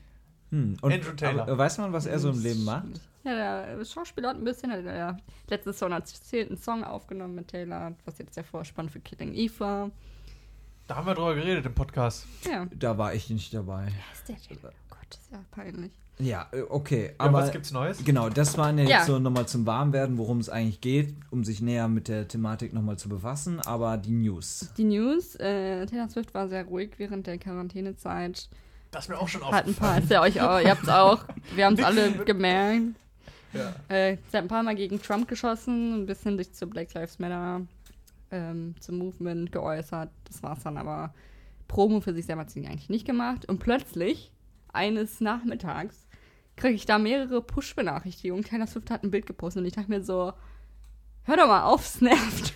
Speaker 1: Hm. Und,
Speaker 2: Andrew Taylor.
Speaker 1: Aber, äh, weiß man, was er so im Leben macht?
Speaker 3: Ja, der ist Schauspieler hat ein bisschen, hat ja letztes Song hat einen Song aufgenommen mit Taylor, was jetzt der Vorspann für Killing Eve war.
Speaker 2: Da haben wir drüber geredet im Podcast.
Speaker 3: Ja,
Speaker 1: Da war ich nicht dabei.
Speaker 3: ist der Taylor? Oh Gott, ist ja peinlich.
Speaker 1: Ja, äh, okay.
Speaker 2: Ja,
Speaker 1: Aber
Speaker 2: was gibt's Neues?
Speaker 1: Genau, das waren ja jetzt
Speaker 3: Ja.
Speaker 1: so nochmal zum Warmwerden, worum es eigentlich geht, um sich näher mit der Thematik nochmal zu befassen, aber die News.
Speaker 3: Die News, äh, Taylor Swift war sehr ruhig während der Quarantänezeit.
Speaker 2: Das ist mir auch schon
Speaker 3: Hat ein
Speaker 2: aufgefallen.
Speaker 3: paar, ist ja euch auch, ihr habt's auch, wir haben's alle gemerkt.
Speaker 2: Ja.
Speaker 3: Äh, sie hat ein paar Mal gegen Trump geschossen, ein bisschen sich zu Black Lives Matter, ähm, zum Movement geäußert. Das war's dann aber. Promo für sich selber hat sie eigentlich nicht gemacht. Und plötzlich, eines Nachmittags, kriege ich da mehrere Push-Benachrichtigungen. Taylor Swift hat ein Bild gepostet und ich dachte mir so, hör doch mal auf, es nervt.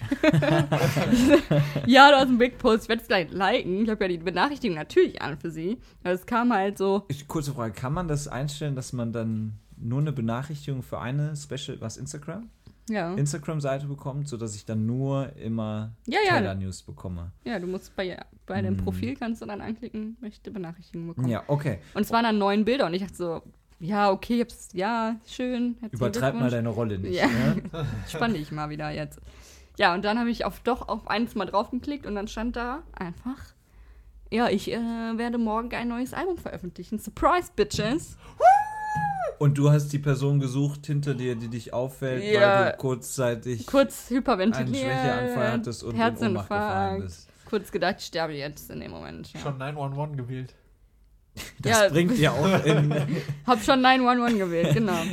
Speaker 3: ja, du hast ein Bild gepostet, ich werde es gleich liken. Ich habe ja die Benachrichtigung natürlich an für sie. Aber es kam halt so,
Speaker 1: Ich, kurze Frage, kann man das einstellen, dass man dann nur eine Benachrichtigung für eine Special, was Instagram?
Speaker 3: Mhm. ja.
Speaker 1: Instagram-Seite bekommt, sodass ich dann nur immer
Speaker 3: Ja, ja.
Speaker 1: Taylor News bekomme.
Speaker 3: Ja, du musst bei, bei deinem Profil kannst du dann anklicken, möchte Benachrichtigungen bekommen.
Speaker 1: Hm. Ja, okay.
Speaker 3: Und es waren dann neun Bilder und ich dachte so, ja, okay, hab's, ja, schön. herzlichen
Speaker 1: Übertreib mal
Speaker 3: Glückwunsch.
Speaker 1: deine Rolle nicht.
Speaker 3: Ja.
Speaker 1: Ne?
Speaker 3: Spann dich mal wieder jetzt. Ja, und dann habe ich auf doch auf eins mal draufgeklickt und dann stand da einfach, ja, ich äh, werde morgen ein neues Album veröffentlichen. Surprise, Bitches.
Speaker 1: Und du hast die Person gesucht hinter dir, die dich auffällt, weil
Speaker 3: Ja.
Speaker 1: du kurzzeitig
Speaker 3: Kurz
Speaker 1: einen
Speaker 3: hyperventiliert.
Speaker 1: Schwächeanfall hattest und in Ohnmacht gefallen
Speaker 3: Herzinfarkt.
Speaker 1: bist.
Speaker 3: Kurz gedacht, ich sterbe jetzt in dem Moment. Ja.
Speaker 2: Schon 911 gewählt.
Speaker 1: Das
Speaker 3: Ja.
Speaker 1: bringt ja auch in,
Speaker 3: Hab schon 911 gewählt, genau.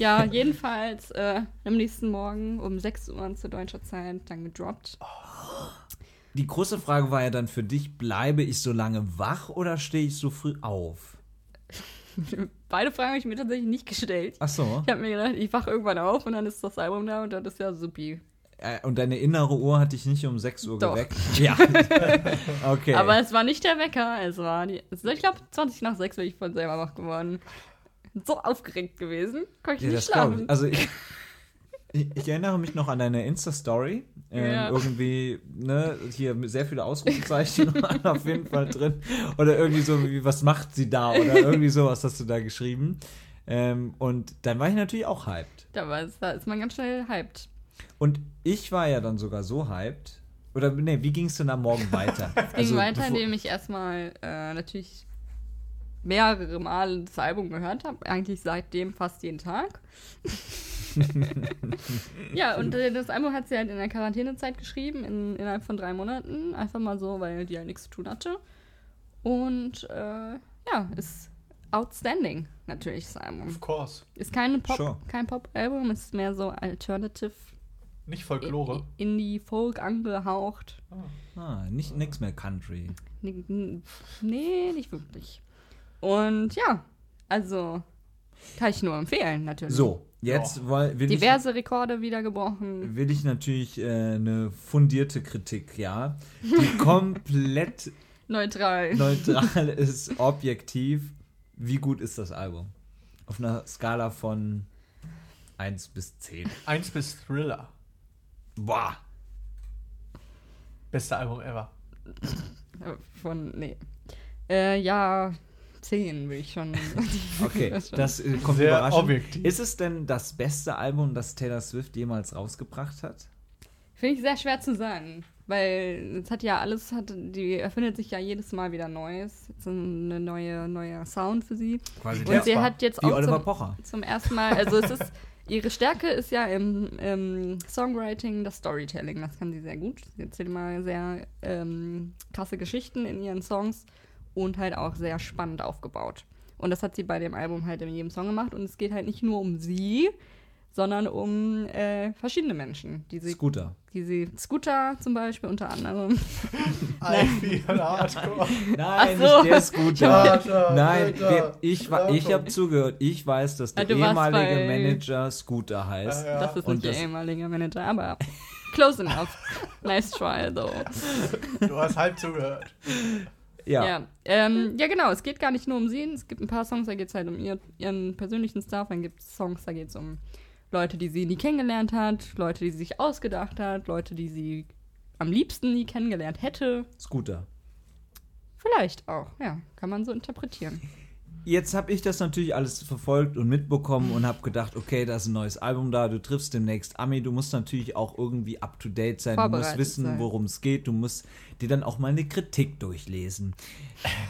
Speaker 3: Ja, jedenfalls äh, am nächsten Morgen um 6 Uhr zu deutscher Zeit dann gedroppt.
Speaker 1: Die große Frage war ja dann für dich, bleibe ich so lange wach oder stehe ich so früh auf?
Speaker 3: Beide Fragen habe ich mir tatsächlich nicht gestellt.
Speaker 1: Ach so.
Speaker 3: Ich habe mir gedacht, ich wache irgendwann auf und dann ist das Album da und dann ist ja supi.
Speaker 1: Äh, Und deine innere Uhr hat dich nicht um 6 Uhr
Speaker 3: Doch.
Speaker 1: geweckt? Ja. okay.
Speaker 3: Aber es war nicht der Wecker, es war die. Also ich glaube, 20 nach 6 bin ich von selber wach geworden. So aufgeregt gewesen, konnte ich
Speaker 1: ja,
Speaker 3: nicht
Speaker 1: das glaub
Speaker 3: schlafen.
Speaker 1: ich. Also ich, Ich, ich erinnere mich noch an deine Insta-Story. Ähm,
Speaker 3: Ja.
Speaker 1: Irgendwie, ne, hier sehr viele Ausrufezeichen waren auf jeden Fall drin. Oder irgendwie so, wie, was macht sie da? Oder irgendwie sowas hast du da geschrieben. Ähm, und dann war ich natürlich auch hyped.
Speaker 3: Da, war es, da ist man ganz schnell hyped.
Speaker 1: Und ich war ja dann sogar so hyped. Oder, ne, wie ging es denn am Morgen weiter? Also
Speaker 3: Ging weiter, indem ich erstmal äh, natürlich mehrere Male das Album gehört habe. Eigentlich seitdem fast jeden Tag. ja, und äh, das Album hat sie halt in der Quarantänezeit geschrieben, in, innerhalb von drei Monaten. Einfach mal so, weil die halt nichts zu tun hatte. Und äh, ja, ist outstanding, natürlich, das Album.
Speaker 2: Of course.
Speaker 3: Ist kein Pop,
Speaker 1: Sure.
Speaker 3: kein Pop-Album, ist mehr so alternative,
Speaker 2: Nicht Folklore.
Speaker 3: Indie-Folk angehaucht.
Speaker 1: Ah, nicht, nix mehr Country.
Speaker 3: N- n- Nee, nicht wirklich. Und ja, also kann ich nur empfehlen, natürlich.
Speaker 1: So, jetzt woll- will, ich,
Speaker 3: Diverse Rekorde wieder gebrochen.
Speaker 1: will ich natürlich äh, eine fundierte Kritik, ja, die komplett
Speaker 3: Neutral.
Speaker 1: neutral ist, objektiv. Wie gut ist das Album? Auf einer Skala von 1 bis 10.
Speaker 2: Eins bis Thriller.
Speaker 1: Boah,
Speaker 2: Beste Album ever.
Speaker 3: Äh, Von, nee. Äh, ja, 10 will ich schon.
Speaker 1: okay,
Speaker 3: schon-
Speaker 1: das äh, kommt
Speaker 2: Sehr
Speaker 1: überraschend.
Speaker 2: objektiv.
Speaker 1: Ist es denn das beste Album, das Taylor Swift jemals rausgebracht hat?
Speaker 3: Finde ich sehr schwer zu sagen. Weil es hat ja alles, hat, die erfindet sich ja jedes Mal wieder Neues. Es ist eine neue, neuer Sound für sie.
Speaker 1: Quasi
Speaker 3: Und sie hat jetzt
Speaker 1: Wie
Speaker 3: auch
Speaker 1: Oliver
Speaker 3: zum,
Speaker 1: Pocher.
Speaker 3: zum ersten Mal, also es ist, ihre Stärke ist ja im, im Songwriting das Storytelling, das kann sie sehr gut. Sie erzählt mal sehr ähm, krasse Geschichten in ihren Songs und halt auch sehr spannend aufgebaut. Und das hat sie bei dem Album halt in jedem Song gemacht und es geht halt nicht nur um sie, sondern um äh, verschiedene Menschen, die sie,
Speaker 1: Scooter.
Speaker 3: die sie, Scooter zum Beispiel unter anderem.
Speaker 2: Ivy und Hardcore.
Speaker 1: Nein,
Speaker 3: Ach so.
Speaker 1: nicht der Scooter.
Speaker 2: Alter,
Speaker 1: Nein,
Speaker 2: Alter.
Speaker 1: wer, ich, wa- ich
Speaker 2: Alter.
Speaker 1: habe zugehört. Ich weiß, dass der
Speaker 3: Ah, du warst
Speaker 1: ehemalige
Speaker 3: bei-
Speaker 1: Manager Scooter heißt.
Speaker 2: Ja,
Speaker 3: das ist
Speaker 1: und
Speaker 3: nicht
Speaker 1: das-
Speaker 3: ihr ehemaliger Manager, aber close enough. nice try though.
Speaker 2: Du hast halb zugehört.
Speaker 1: Ja.
Speaker 3: Ja. Ähm, ja, genau. Es geht gar nicht nur um sie. Es gibt ein paar Songs, da geht es halt um ihr, ihren persönlichen Stuff. Dann gibt es Songs, da geht es um Leute, die sie nie kennengelernt hat, Leute, die sie sich ausgedacht hat, Leute, die sie am liebsten nie kennengelernt hätte.
Speaker 1: Scooter.
Speaker 3: Vielleicht auch. Ja, kann man so interpretieren.
Speaker 1: Jetzt habe ich das natürlich alles verfolgt und mitbekommen und habe gedacht, okay, da ist ein neues Album da, du triffst demnächst Ami, du musst natürlich auch irgendwie up to date sein, du musst
Speaker 3: Vorbereitet
Speaker 1: wissen,
Speaker 3: sein.
Speaker 1: worum es geht, du musst dir dann auch mal eine Kritik durchlesen.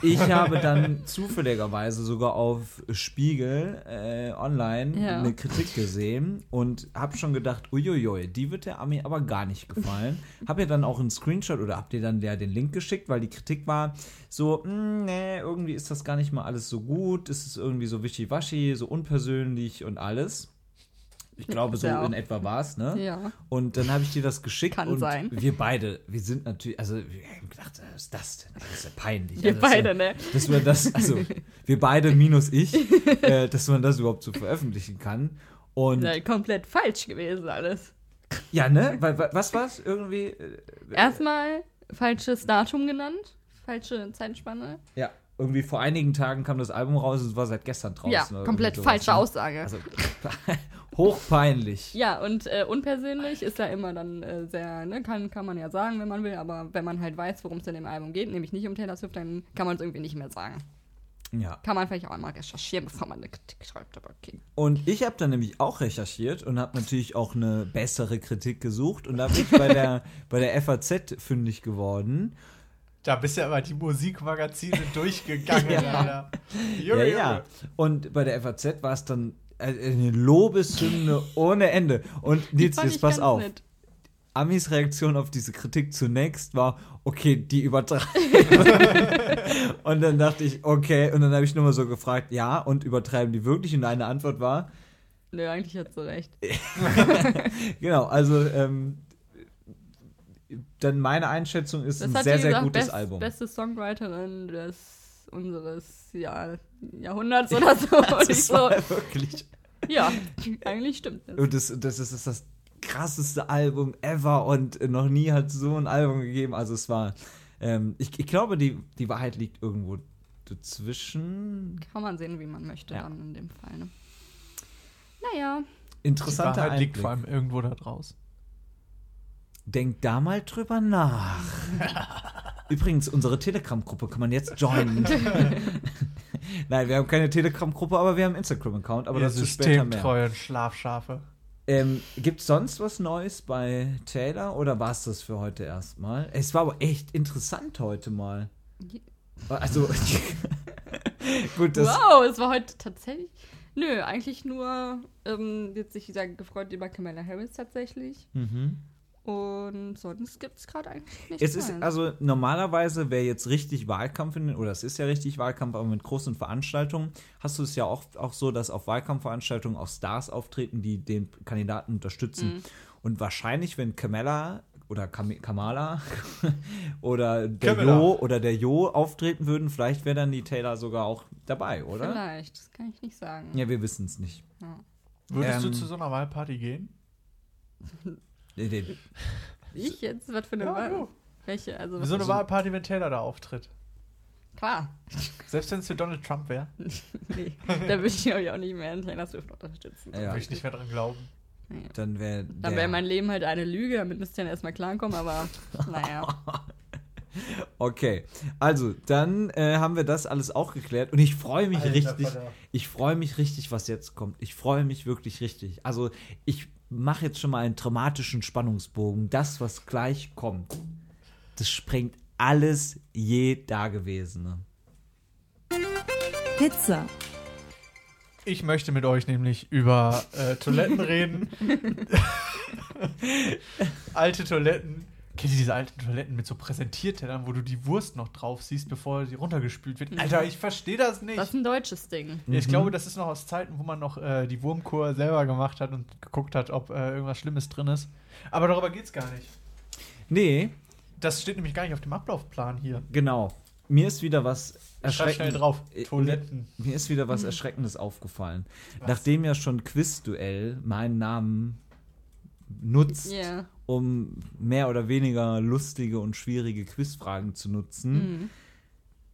Speaker 1: Ich habe dann zufälligerweise sogar auf Spiegel äh, online
Speaker 3: Ja.
Speaker 1: eine Kritik gesehen und habe schon gedacht, uiuiui, die wird der Ami aber gar nicht gefallen. Hab ihr dann auch einen Screenshot oder habt ihr dann ja den Link geschickt, weil die Kritik war so, "Mm, nee, irgendwie ist das gar nicht mal alles so gut, es ist irgendwie so wischiwaschi, so unpersönlich und alles. Ich glaube, so
Speaker 3: Ja.
Speaker 1: in etwa war es, ne?
Speaker 3: Ja.
Speaker 1: Und dann habe ich dir das geschickt
Speaker 3: Kann
Speaker 1: und
Speaker 3: sein.
Speaker 1: wir beide, wir sind natürlich, also wir haben gedacht, was ist das denn? Das ist ja peinlich.
Speaker 3: Wir
Speaker 1: Also, das ist ja-
Speaker 3: beide, ne?
Speaker 1: dass man das, also wir beide minus ich, äh, dass man das überhaupt so veröffentlichen kann. Und
Speaker 3: Ja, komplett falsch gewesen alles.
Speaker 1: ja, ne? Weil, wa- was war's? Irgendwie. Äh,
Speaker 3: Erstmal falsches Datum genannt, falsche Zeitspanne.
Speaker 1: ja, irgendwie vor einigen Tagen kam das Album raus und es war seit gestern draußen.
Speaker 3: ja,
Speaker 1: oder
Speaker 3: komplett
Speaker 1: irgendwie
Speaker 3: falsche
Speaker 1: sowas,
Speaker 3: Aussage.
Speaker 1: ne? Also hochpeinlich.
Speaker 3: Ja, und äh, unpersönlich ist ja immer dann äh, sehr, ne, kann, kann man ja sagen, wenn man will, aber wenn man halt weiß, worum es in dem Album geht, nämlich nicht um Taylor Swift, dann kann man es irgendwie nicht mehr sagen.
Speaker 1: Ja.
Speaker 3: Kann man vielleicht auch einmal recherchieren, bevor man eine Kritik schreibt, aber okay.
Speaker 1: Und ich habe dann nämlich auch recherchiert und habe natürlich auch eine bessere Kritik gesucht und da bin ich bei der, bei der FAZ fündig geworden.
Speaker 2: Da bist du ja immer die Musikmagazine durchgegangen,
Speaker 1: Ja.
Speaker 2: Alter.
Speaker 1: Ja,
Speaker 2: Junge,
Speaker 1: ja. Und bei der FAZ war es dann äh, eine Lobeshymne ohne Ende. Und Nils,
Speaker 3: Fand
Speaker 1: jetzt
Speaker 3: ich
Speaker 1: pass
Speaker 3: ganz
Speaker 1: auf.
Speaker 3: nett.
Speaker 1: Amis Reaktion auf diese Kritik zunächst war, okay, die übertreiben. und dann dachte ich, okay, und dann habe ich nur mal so gefragt, ja, und übertreiben die wirklich? Und eine Antwort war,
Speaker 3: Nö, eigentlich hat sie recht.
Speaker 1: Äh, genau, also ähm, dann meine Einschätzung ist
Speaker 3: Das
Speaker 1: ein
Speaker 3: hat
Speaker 1: sehr,
Speaker 3: sie
Speaker 1: sehr
Speaker 3: gesagt,
Speaker 1: gutes
Speaker 3: best,
Speaker 1: Album.
Speaker 3: beste Songwriterin des unseres Jahr, Jahrhunderts oder so. Und ich
Speaker 1: Das
Speaker 3: so,
Speaker 1: war wirklich
Speaker 3: ja, eigentlich stimmt das.
Speaker 1: Und das, das ist das, ist das krasseste Album ever und äh, noch nie hat so ein Album gegeben. Also es war, ähm, ich, ich glaube, die, die Wahrheit liegt irgendwo dazwischen.
Speaker 3: Kann man sehen, wie man möchte
Speaker 1: Ja.
Speaker 3: dann in dem Fall. Ne? Naja,
Speaker 2: Die
Speaker 1: interessanter
Speaker 2: Wahrheit liegt
Speaker 1: Einblick.
Speaker 2: halt vor allem irgendwo da draußen.
Speaker 1: Denkt da mal drüber nach. Übrigens, unsere Telegram-Gruppe kann man jetzt joinen. Nein, wir haben keine Telegram-Gruppe, aber wir haben einen Instagram-Account, aber
Speaker 2: Ihr
Speaker 1: dazu später mehr.
Speaker 2: systemtreuen Schlafschafe.
Speaker 1: Ähm, Gibt es sonst was Neues bei Taylor oder war es das für heute erstmal? Es war aber echt interessant heute mal. Also, gut, das,
Speaker 3: wow, es war heute tatsächlich. Nö, eigentlich nur ähm, jetzt sich dieser gefreut über Kamala Harris tatsächlich.
Speaker 2: Mhm.
Speaker 3: Und sonst gibt es gerade eigentlich nichts.
Speaker 1: Es ist
Speaker 3: Neues.
Speaker 1: also normalerweise wäre jetzt richtig Wahlkampf in den, oder es ist ja richtig Wahlkampf, aber mit großen Veranstaltungen hast du es ja oft auch so, dass auf Wahlkampfveranstaltungen auch Stars auftreten, die den Kandidaten
Speaker 3: Mhm.
Speaker 1: unterstützen. Und wahrscheinlich, wenn Kamala oder Kam Kamala oder der
Speaker 2: Kamala.
Speaker 1: Jo oder der Jo auftreten würden, vielleicht wäre dann die Taylor sogar auch dabei,
Speaker 2: ne?
Speaker 1: oder?
Speaker 3: Vielleicht, das kann ich nicht sagen.
Speaker 1: Ja, wir wissen es nicht.
Speaker 2: Würdest du
Speaker 1: Ähm,
Speaker 2: zu so einer Wahlparty gehen?
Speaker 1: Nee, nee.
Speaker 3: Ich jetzt? Was für eine
Speaker 2: Ja,
Speaker 3: Wahl?
Speaker 2: ja.
Speaker 3: Welche? Also,
Speaker 2: Wie so eine
Speaker 1: Also-
Speaker 2: Wahlparty, wenn Taylor da auftritt.
Speaker 3: Klar.
Speaker 2: Selbst wenn es für Donald Trump wäre,
Speaker 3: Nee, da würde ich euch auch nicht mehr einen Taylor Swift unterstützen.
Speaker 1: Ja,
Speaker 2: würde ich nicht mehr dran glauben.
Speaker 1: dann wäre
Speaker 3: Dann wäre mein Leben halt eine Lüge, damit müsst ihr dann erstmal klarkommen, aber naja.
Speaker 1: Okay, also dann äh, haben wir das alles auch geklärt und ich freue mich
Speaker 2: Alter
Speaker 1: richtig.
Speaker 2: Vater.
Speaker 1: Ich freue mich richtig, was jetzt kommt. Ich freue mich wirklich richtig. Also ich mache jetzt schon mal einen dramatischen Spannungsbogen. Das, was gleich kommt, das sprengt alles je Dagewesene.
Speaker 6: Pizza.
Speaker 2: Ich möchte mit euch nämlich über äh, Toiletten reden. alte Toiletten. Kennt ihr diese alten Toiletten mit so Präsentiertellern, wo du die Wurst noch drauf siehst, bevor sie runtergespült wird? Alter, ich verstehe das nicht.
Speaker 3: Das ist ein deutsches Ding.
Speaker 2: Ich
Speaker 1: Mhm.
Speaker 2: glaube, das ist noch aus Zeiten, wo man noch äh, die Wurmkur selber gemacht hat und geguckt hat, ob äh, irgendwas Schlimmes drin ist. Aber darüber geht's gar nicht.
Speaker 1: Nee,
Speaker 2: Das steht nämlich gar nicht auf dem Ablaufplan hier.
Speaker 1: genau. Mir ist wieder was
Speaker 2: Schreib schnell
Speaker 1: erschreckendes.
Speaker 2: drauf. Mhm.
Speaker 1: Äh,
Speaker 2: Toiletten.
Speaker 1: Mir, mir ist wieder was Erschreckendes aufgefallen. Nachdem ja schon Quizduell meinen Namen nutzt,
Speaker 3: Ja.
Speaker 1: um mehr oder weniger lustige und schwierige Quizfragen zu nutzen.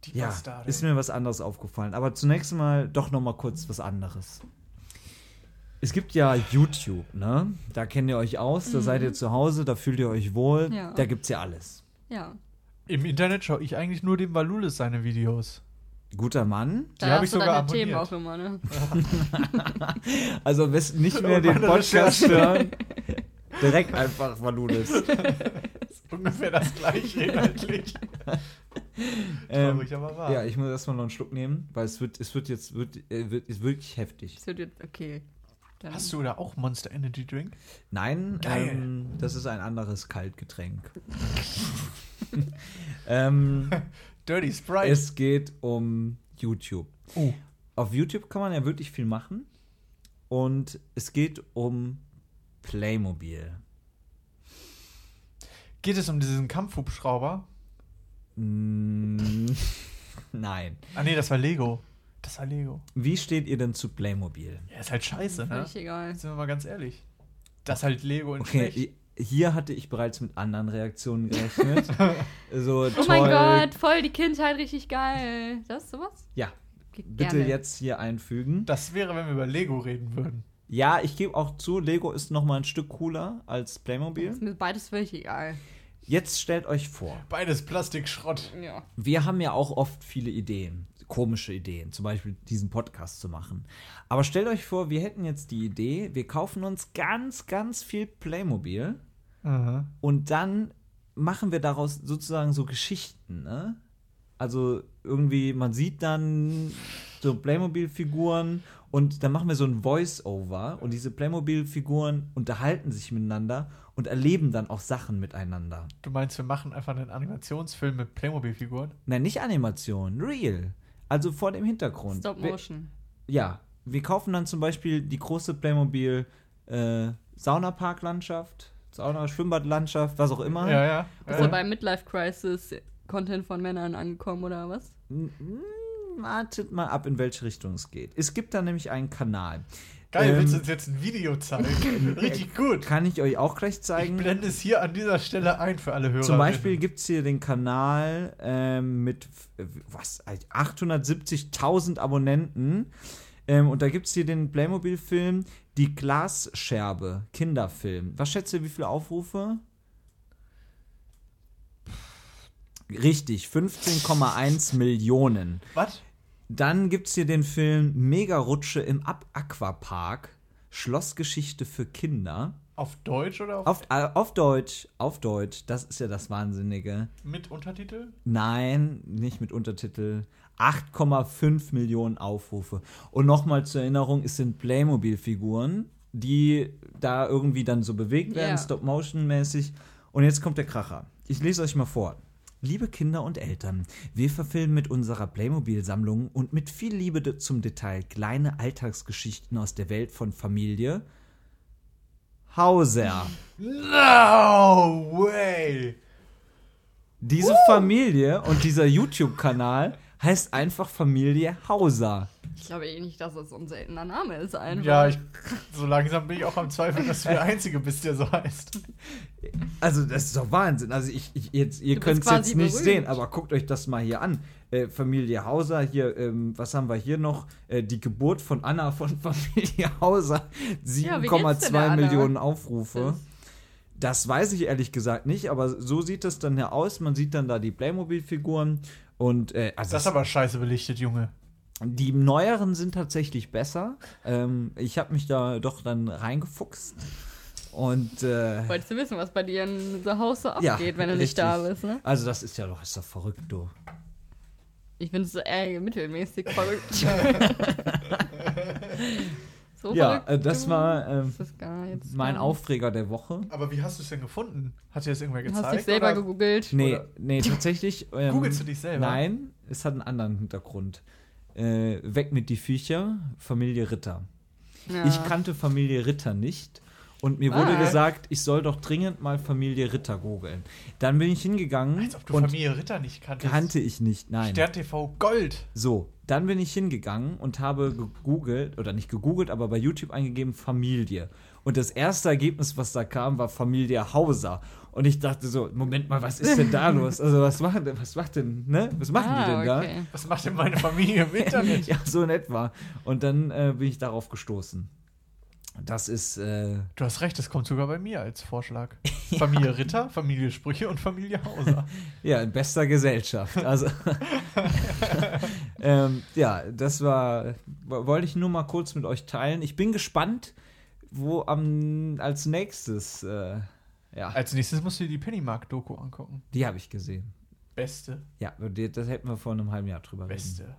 Speaker 2: Die
Speaker 1: Ja,
Speaker 2: Bastarde.
Speaker 1: ist mir was anderes aufgefallen. Aber zunächst mal doch noch mal kurz was anderes. Es gibt ja YouTube, ne? Da kennt ihr euch aus, da seid ihr zu Hause, da fühlt ihr euch wohl,
Speaker 3: Ja.
Speaker 1: da gibt's ja alles.
Speaker 3: Ja.
Speaker 2: Im Internet schaue ich eigentlich nur dem Valulis seine Videos.
Speaker 1: Guter Mann.
Speaker 3: Da
Speaker 2: Die hab
Speaker 3: hast
Speaker 2: ich
Speaker 3: du
Speaker 2: sogar
Speaker 3: deine Themen
Speaker 2: abonniert.
Speaker 3: auch immer, ne?
Speaker 1: Also am besten nicht mehr
Speaker 2: Und
Speaker 1: den
Speaker 2: meine
Speaker 1: Podcast
Speaker 2: Recherche.
Speaker 1: hören. Direkt einfach Valulis.
Speaker 2: Ungefähr das gleiche inhaltlich.
Speaker 1: Ähm,
Speaker 2: Traurig, aber wahr.
Speaker 1: ja, ich muss erstmal noch einen Schluck nehmen, weil es wird, es wird jetzt wird, äh, wird, ist wirklich heftig.
Speaker 3: Das wird jetzt, okay. Dann
Speaker 2: Hast du da auch Monster Energy Drink?
Speaker 1: Nein,
Speaker 2: Geil.
Speaker 1: ähm, das ist ein anderes Kaltgetränk. ähm,
Speaker 2: Dirty Sprite.
Speaker 1: es geht um YouTube.
Speaker 2: oh.
Speaker 1: Auf YouTube kann man ja wirklich viel machen. Und es geht um Playmobil.
Speaker 2: Geht es um diesen Kampfhubschrauber?
Speaker 1: Mm, nein.
Speaker 2: Ah nee, das war Lego. Das war Lego.
Speaker 1: Wie steht ihr denn zu Playmobil?
Speaker 2: Ja, ist halt scheiße, ne?
Speaker 3: Völlig egal.
Speaker 2: Sind wir mal ganz ehrlich. Das ist halt Lego in
Speaker 1: Okay,
Speaker 2: schlecht.
Speaker 1: i- hier hatte ich bereits mit anderen Reaktionen gerechnet. so,
Speaker 3: Oh mein Gott, voll die Kindheit, richtig geil. Das ist sowas?
Speaker 1: Ja,
Speaker 3: Ge-
Speaker 1: bitte
Speaker 3: gerne.
Speaker 1: jetzt hier einfügen.
Speaker 2: Das wäre, wenn wir über Lego reden würden.
Speaker 1: Ja, ich gebe auch zu, Lego ist noch mal ein Stück cooler als Playmobil.
Speaker 3: Ist mir beides völlig egal.
Speaker 1: Jetzt stellt euch vor,
Speaker 2: Beides Plastikschrott.
Speaker 3: Ja.
Speaker 1: wir haben ja auch oft viele Ideen, komische Ideen, zum Beispiel diesen Podcast zu machen. Aber stellt euch vor, wir hätten jetzt die Idee, wir kaufen uns ganz, ganz viel Playmobil und dann machen wir daraus sozusagen so Geschichten. Ne? Also irgendwie, man sieht dann so Playmobil-Figuren und dann machen wir so ein Voice-Over und diese Playmobil-Figuren unterhalten sich miteinander und erleben dann auch Sachen miteinander.
Speaker 2: Du meinst, wir machen einfach einen Animationsfilm mit Playmobil-Figuren?
Speaker 1: Nein, nicht Animation, real. Also vor dem Hintergrund.
Speaker 3: Stop
Speaker 1: Wir-
Speaker 3: Motion.
Speaker 1: Ja, wir kaufen dann zum Beispiel die große Playmobil äh, Saunaparklandschaft, Sauna-Schwimmbadlandschaft, was auch immer.
Speaker 2: Ja, ja.
Speaker 1: Äh?
Speaker 3: Bist du bei Midlife Crisis Content von Männern angekommen oder was?
Speaker 1: Wartet mal ab, in welche Richtung es geht. Es gibt da nämlich einen Kanal.
Speaker 2: Geil,
Speaker 1: Ähm,
Speaker 2: willst du uns jetzt ein Video zeigen? Richtig gut.
Speaker 1: Kann ich euch auch gleich
Speaker 2: Ich
Speaker 1: zeigen.
Speaker 2: blende es hier an dieser Stelle ein für alle Hörer.
Speaker 1: Zum Beispiel gibt es hier den Kanal ähm, mit äh, was, 870.000 Abonnenten. Ähm, und da gibt es hier den Playmobil-Film Die Glasscherbe, Kinderfilm. Was schätzt ihr, wie viele Aufrufe? Richtig, 15,1 Millionen.
Speaker 2: Was?
Speaker 1: Dann gibt es hier den Film Mega-Rutsche im Ab Aquapark. Schlossgeschichte für Kinder.
Speaker 2: Auf Deutsch oder auf,
Speaker 1: Auf, äh, auf Deutsch, auf Deutsch, das ist ja das Wahnsinnige.
Speaker 2: mit Untertitel?
Speaker 1: Nein, nicht mit Untertitel. 8,5 Millionen Aufrufe. Und nochmal zur Erinnerung, es sind Playmobil-Figuren, die da irgendwie dann so bewegt werden,
Speaker 3: Ja.
Speaker 1: Stop-Motion-mäßig. Und jetzt kommt der Kracher. Ich lese euch mal vor. Liebe Kinder und Eltern, wir verfilmen mit unserer Playmobil-Sammlung und mit viel Liebe de- zum Detail kleine Alltagsgeschichten aus der Welt von Familie Hauser.
Speaker 2: No way!
Speaker 1: Diese Familie und dieser YouTube-Kanal heißt einfach Familie Hauser.
Speaker 3: Ich glaube eh nicht, dass das unser seltener Name ist einfach.
Speaker 2: Ja, ich, so langsam bin ich auch am Zweifeln, dass du der Einzige bist, der so heißt.
Speaker 1: Also, das ist doch Wahnsinn. Also, ich, ich, jetzt, ihr
Speaker 3: Du bist
Speaker 1: könnt es
Speaker 3: quasi
Speaker 1: jetzt nicht
Speaker 3: berühmt.
Speaker 1: sehen, aber guckt euch das mal hier an. Äh, Familie Hauser, hier, ähm, was haben wir hier noch? Äh, die Geburt von Anna von Familie Hauser.
Speaker 3: Ja, wie geht's denn der
Speaker 1: 7,2
Speaker 3: Anna?
Speaker 1: Millionen Aufrufe. Das weiß ich ehrlich gesagt nicht, aber so sieht das dann ja aus. Man sieht dann da die Playmobil-Figuren. Und äh, also
Speaker 2: Das ist aber scheiße belichtet, Junge.
Speaker 1: Die neueren sind tatsächlich besser. Ähm, ich habe mich da doch dann reingefuchst. Und äh,
Speaker 3: Wolltest du wissen, was bei dir in The House so
Speaker 1: ja,
Speaker 3: abgeht, wenn du nicht
Speaker 1: richtig.
Speaker 3: da bist, ne?
Speaker 1: Also das ist ja doch, ist doch verrückt, du.
Speaker 3: Ich finde es eher mittelmäßig verrückt. so
Speaker 1: Ja,
Speaker 3: verrückt.
Speaker 1: äh, das war ähm,
Speaker 3: Das ist gar jetzt
Speaker 1: mein
Speaker 3: gar nicht.
Speaker 1: Aufreger der Woche.
Speaker 2: Aber wie hast du es denn gefunden? Hat dir das irgendwer
Speaker 3: Du
Speaker 2: gezeigt?
Speaker 3: hast dich selber
Speaker 2: oder?
Speaker 3: gegoogelt.
Speaker 1: Nee,
Speaker 2: Oder-
Speaker 1: nee, tatsächlich. Ähm,
Speaker 2: Googelst du dich selber?
Speaker 1: Nein, es hat einen anderen Hintergrund. Äh, weg mit die Viecher, Familie Ritter.
Speaker 3: Ja.
Speaker 1: Ich kannte Familie Ritter nicht. Und mir wurde
Speaker 3: Ah.
Speaker 1: gesagt, ich soll doch dringend mal Familie Ritter googeln. Dann bin ich hingegangen
Speaker 2: Als ob du
Speaker 1: und
Speaker 2: Familie Ritter nicht kanntest.
Speaker 1: kannte ich nicht. Nein.
Speaker 2: Stern TV Gold.
Speaker 1: So, dann bin ich hingegangen und habe gegoogelt, oder nicht gegoogelt, aber bei YouTube eingegeben Familie. Und das erste Ergebnis, was da kam, war Familie Hauser. Und ich dachte so, Moment mal, was ist denn da los? Also was machen, denn- was macht denn, ne? Was machen
Speaker 3: ah,
Speaker 1: die denn da?
Speaker 3: okay.
Speaker 2: Was macht denn meine Familie im Internet?
Speaker 1: Ja, so in etwa. Und dann äh, bin ich darauf gestoßen. Das ist, äh,
Speaker 2: Du hast recht, das kommt sogar bei mir als Vorschlag. Familie Ritter, Familie Sprüche und Familie Hauser.
Speaker 1: ja, in bester Gesellschaft. Also, ähm, ja, das war, wo- wollte ich nur mal kurz mit euch teilen. Ich bin gespannt, wo am, als nächstes, äh, ja,
Speaker 2: Als nächstes musst du dir die Pennymark-Doku angucken.
Speaker 1: die habe ich gesehen.
Speaker 2: Beste, Mhm.
Speaker 1: Ja, die, das hätten wir vor einem halben Jahr drüber reden
Speaker 2: beste.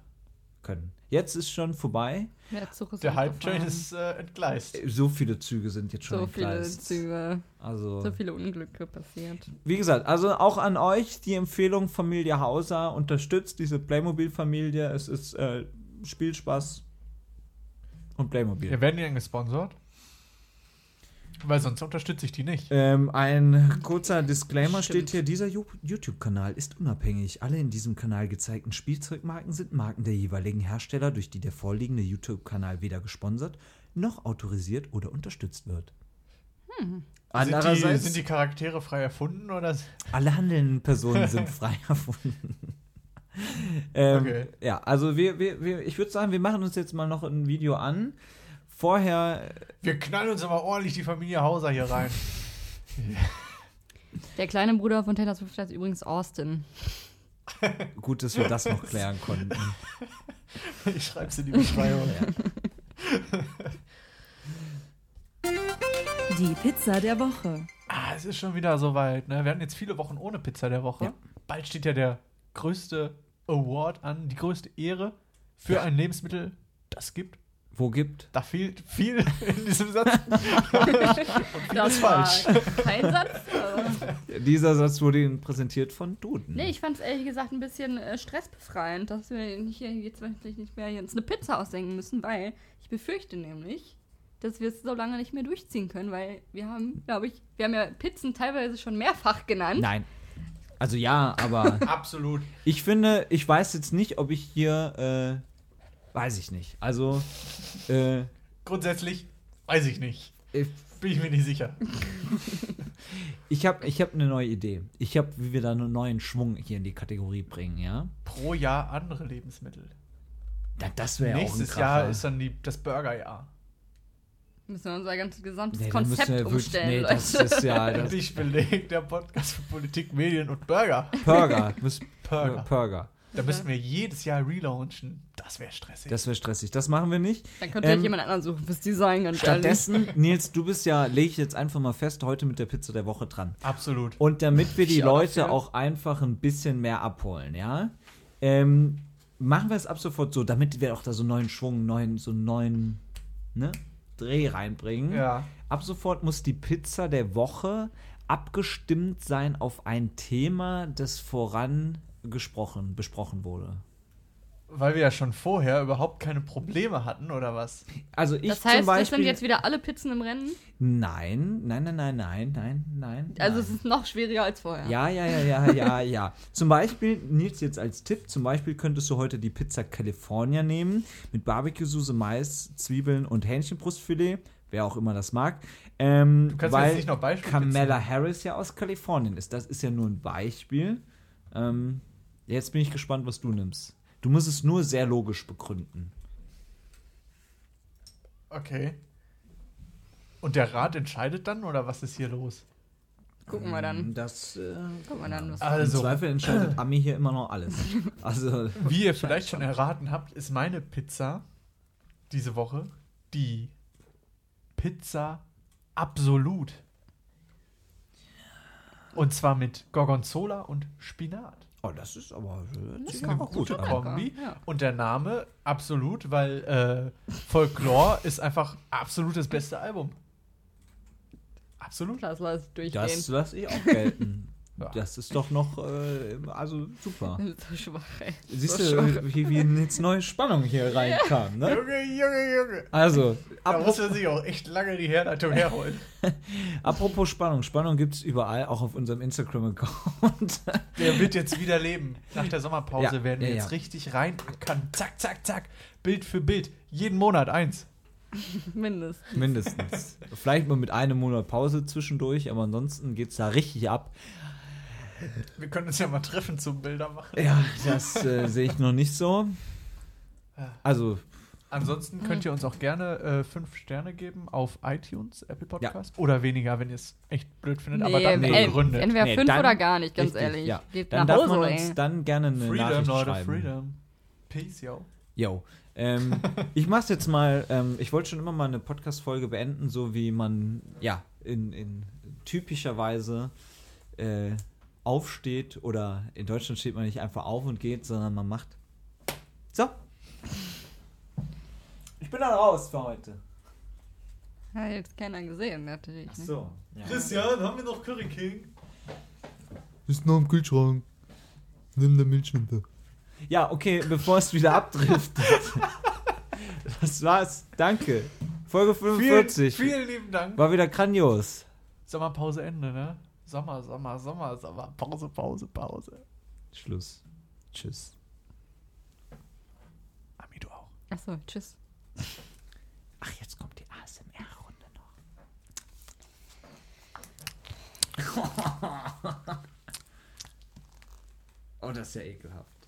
Speaker 1: können. Jetzt ist schon vorbei.
Speaker 3: Der Zug ist
Speaker 2: Der Hype-Train
Speaker 3: abgefahren.
Speaker 2: ist äh, entgleist.
Speaker 1: So viele Züge sind jetzt schon
Speaker 3: so
Speaker 1: im
Speaker 3: viele
Speaker 1: Kreis.
Speaker 3: Züge,
Speaker 1: Also,
Speaker 3: so viele Unglücke passiert.
Speaker 1: wie gesagt, also auch an euch die Empfehlung Familie Hauser unterstützt diese Playmobil-Familie. Es ist äh, Spielspaß und Playmobil.
Speaker 2: Ja, werden die denn gesponsert? Weil sonst unterstütze ich die nicht.
Speaker 1: Ähm, ein kurzer Disclaimer
Speaker 3: Stimmt.
Speaker 1: steht hier: Dieser Ju- YouTube-Kanal ist unabhängig. Alle in diesem Kanal gezeigten Spielzeugmarken sind Marken der jeweiligen Hersteller, durch die der vorliegende YouTube-Kanal weder gesponsert noch autorisiert oder unterstützt wird.
Speaker 2: Sind Hm. Also die,
Speaker 1: Andererseits,
Speaker 2: sind die Charaktere frei erfunden oder?
Speaker 1: alle handelnden Personen sind frei erfunden. ähm,
Speaker 2: Okay.
Speaker 1: Ja, also wir, wir, wir, ich würde sagen, wir machen uns jetzt mal noch ein Video an. Vorher,
Speaker 2: Wir knallen uns aber ordentlich die Familie Hauser hier rein.
Speaker 3: Der kleine Bruder von Taylor Swift heißt übrigens Austin.
Speaker 1: gut, dass wir das noch klären konnten.
Speaker 2: Ich schreib's in die Beschreibung.
Speaker 6: Die Pizza der Woche.
Speaker 2: Ah, es ist schon wieder soweit. Ne? Wir hatten jetzt viele Wochen ohne Pizza der Woche.
Speaker 1: Ja.
Speaker 2: Bald steht ja der größte Award an, die größte Ehre für ein Lebensmittel, das gibt.
Speaker 1: Wo gibt?
Speaker 2: Da fehlt viel in diesem Satz.
Speaker 3: Das
Speaker 2: ist falsch.
Speaker 3: Kein Satz. aber-
Speaker 1: Dieser Satz wurde Ihnen präsentiert von Duden.
Speaker 3: Nee, ich fand es ehrlich gesagt ein bisschen äh, stressbefreiend, dass wir nicht, hier jetzt wirklich nicht mehr hier uns eine Pizza ausdenken müssen, weil ich befürchte nämlich, dass wir es so lange nicht mehr durchziehen können, weil wir haben, glaube ich, wir haben ja Pizzen teilweise schon mehrfach genannt.
Speaker 1: Nein. Also ja, aber
Speaker 2: Absolut.
Speaker 1: ich finde, ich weiß jetzt nicht, ob ich hier, äh, weiß ich nicht. Also, äh,
Speaker 2: Grundsätzlich weiß ich nicht.
Speaker 1: ich-
Speaker 2: Bin ich mir nicht sicher.
Speaker 1: ich habe ich hab eine neue Idee. Ich habe, wie wir da einen neuen Schwung hier in die Kategorie bringen, ja?
Speaker 2: Pro Jahr andere Lebensmittel.
Speaker 1: Da, das wäre ja auch ein
Speaker 2: Nächstes
Speaker 1: Kracher.
Speaker 2: Jahr ist dann die, das Burgerjahr.
Speaker 3: Müssen wir unser ganzes gesamtes
Speaker 1: Nee, dann müssen
Speaker 3: Konzept
Speaker 1: wir wirklich-
Speaker 3: umstellen,
Speaker 1: nee,
Speaker 3: Leute.
Speaker 1: das ist ja das
Speaker 2: Ich belege der Podcast für Politik, Medien und Burger.
Speaker 1: Burger. Müssen, äh,
Speaker 2: Burger.
Speaker 1: Burger.
Speaker 2: Da müssen wir jedes Jahr relaunchen. Das wäre stressig.
Speaker 1: Das wäre stressig. Das machen wir nicht.
Speaker 3: Dann könnte ähm,
Speaker 1: Ähm,
Speaker 3: jemand anderen suchen fürs Design, ganz ehrlich.
Speaker 1: Stattdessen, Nils, du bist ja, lege ich jetzt einfach mal fest, heute mit der Pizza der Woche dran.
Speaker 2: Absolut.
Speaker 1: Und damit wir die
Speaker 3: Ich auch
Speaker 1: Leute
Speaker 3: dafür.
Speaker 1: auch einfach ein bisschen mehr abholen, ja, ähm, machen wir es ab sofort so, damit wir auch da so einen neuen Schwung, einen neuen, so einen neuen ne, Dreh reinbringen.
Speaker 2: Ja.
Speaker 1: Ab sofort muss die Pizza der Woche abgestimmt sein auf ein Thema, das vorangesprochen, besprochen wurde.
Speaker 2: Weil wir ja schon vorher überhaupt keine Probleme hatten, oder was?
Speaker 1: Also ich
Speaker 3: Das heißt,
Speaker 1: zum
Speaker 3: das
Speaker 1: Beispiel.
Speaker 3: sind jetzt wieder alle Pizzen im Rennen.
Speaker 1: nein, nein, nein, nein, nein, nein, nein.
Speaker 3: Also
Speaker 1: nein.
Speaker 3: es ist noch schwieriger als vorher.
Speaker 1: Ja, ja, ja, ja, ja, ja. Zum Beispiel, Nils, jetzt als Tipp, zum Beispiel könntest du heute die Pizza California nehmen mit Barbecue-Soße, Mais, Zwiebeln und Hähnchenbrustfilet, wer auch immer das mag. Ähm,
Speaker 2: Du kannst mir
Speaker 1: weil
Speaker 2: jetzt nicht noch Beispiele
Speaker 1: Kamala Harris ja aus Kalifornien ist. Das ist ja nur ein Beispiel. Ähm, jetzt bin ich gespannt, was du nimmst. Du musst es nur sehr logisch begründen.
Speaker 2: Okay. Und der Rat entscheidet dann, oder was ist hier los?
Speaker 3: Gucken wir dann.
Speaker 1: Das, äh,
Speaker 3: Gucken wir dann, was
Speaker 1: also. Im
Speaker 2: Also,
Speaker 1: Zweifel entscheidet Ami hier immer noch alles. Also,
Speaker 2: wie ihr vielleicht schon erraten habt, ist meine Pizza diese Woche die Pizza Absolut. Und zwar mit Gorgonzola und Spinat.
Speaker 1: oh, das ist aber äh, das
Speaker 2: ist eine gute
Speaker 1: an.
Speaker 2: Kombi.
Speaker 3: ja.
Speaker 2: Und der Name absolut, weil äh, Folklore ist einfach absolut das beste Album. Absolut.
Speaker 3: Das lasse ich
Speaker 1: Das
Speaker 3: durchgehen.
Speaker 1: lasse ich auch gelten.
Speaker 2: Ja.
Speaker 1: Das ist doch noch, äh, also super.
Speaker 3: Das ist so schwach, ey.
Speaker 1: Siehst
Speaker 3: so
Speaker 1: du, wie, wie jetzt neue Spannung hier reinkam, ne?
Speaker 2: Junge, Junge, Junge.
Speaker 1: Also,
Speaker 2: Da muss
Speaker 1: apropos,
Speaker 2: man sich auch echt lange die Herleitung herholen.
Speaker 1: apropos Spannung. Spannung gibt es überall, auch auf unserem Instagram-Account.
Speaker 2: Der wird jetzt wieder leben. Nach der Sommerpause
Speaker 1: Ja,
Speaker 2: werden wir
Speaker 1: ja,
Speaker 2: jetzt
Speaker 1: ja.
Speaker 2: richtig reinackern. Zack, zack, zack. Bild für Bild. Jeden Monat eins.
Speaker 3: Mindestens.
Speaker 1: Mindestens. Vielleicht mal mit einem Monat Pause zwischendurch, aber ansonsten geht's da richtig ab.
Speaker 2: Wir können uns ja mal treffen zum Bilder machen.
Speaker 1: Ja, das äh, sehe ich noch nicht so. Also,
Speaker 2: Ansonsten könnt ihr uns auch gerne äh, fünf Sterne geben auf iTunes, Apple Podcast. Oder weniger, wenn ihr es echt blöd findet. aber dann
Speaker 1: nee. Äh,
Speaker 3: ey,
Speaker 2: begründet.
Speaker 3: entweder
Speaker 1: nee,
Speaker 3: fünf
Speaker 1: dann-
Speaker 3: oder gar nicht, ganz
Speaker 1: richtig,
Speaker 3: ehrlich.
Speaker 1: Ja.
Speaker 3: Geht
Speaker 1: Dann
Speaker 3: nach
Speaker 1: darf
Speaker 3: Hause,
Speaker 1: man
Speaker 3: ey.
Speaker 1: uns dann gerne eine
Speaker 2: Freedom,
Speaker 1: Nachricht
Speaker 2: Leute,
Speaker 1: schreiben.
Speaker 2: Freedom. Peace, yo.
Speaker 1: Jo. Ähm, ich mach's jetzt mal, ähm, ich wollte schon immer mal eine Podcast-Folge beenden, so wie man, ja, in, in typischer Weise äh, aufsteht oder in Deutschland steht man nicht einfach auf und geht, sondern man macht. So. Ich bin dann raus für heute.
Speaker 3: Hat jetzt keiner gesehen, natürlich.
Speaker 2: Hm?
Speaker 3: Ne?
Speaker 1: So. Ja.
Speaker 2: Christian, haben wir noch Curry King?
Speaker 8: Ist noch im Kühlschrank. Nimm eine Milchschnitte.
Speaker 1: ja, okay, bevor es wieder abdriftet. das war's. Danke. Folge
Speaker 2: Vielen,
Speaker 1: 45.
Speaker 2: vielen lieben Dank.
Speaker 1: War wieder grandios.
Speaker 2: Sommerpause Ende, ne? Sommer, Sommer, Sommer, Sommer. Pause, Pause, Pause.
Speaker 1: Schluss. Tschüss.
Speaker 2: Ami, du auch.
Speaker 3: Achso, tschüss.
Speaker 1: Ach, jetzt kommt die ASMR-Runde noch. Oh, das ist ja ekelhaft.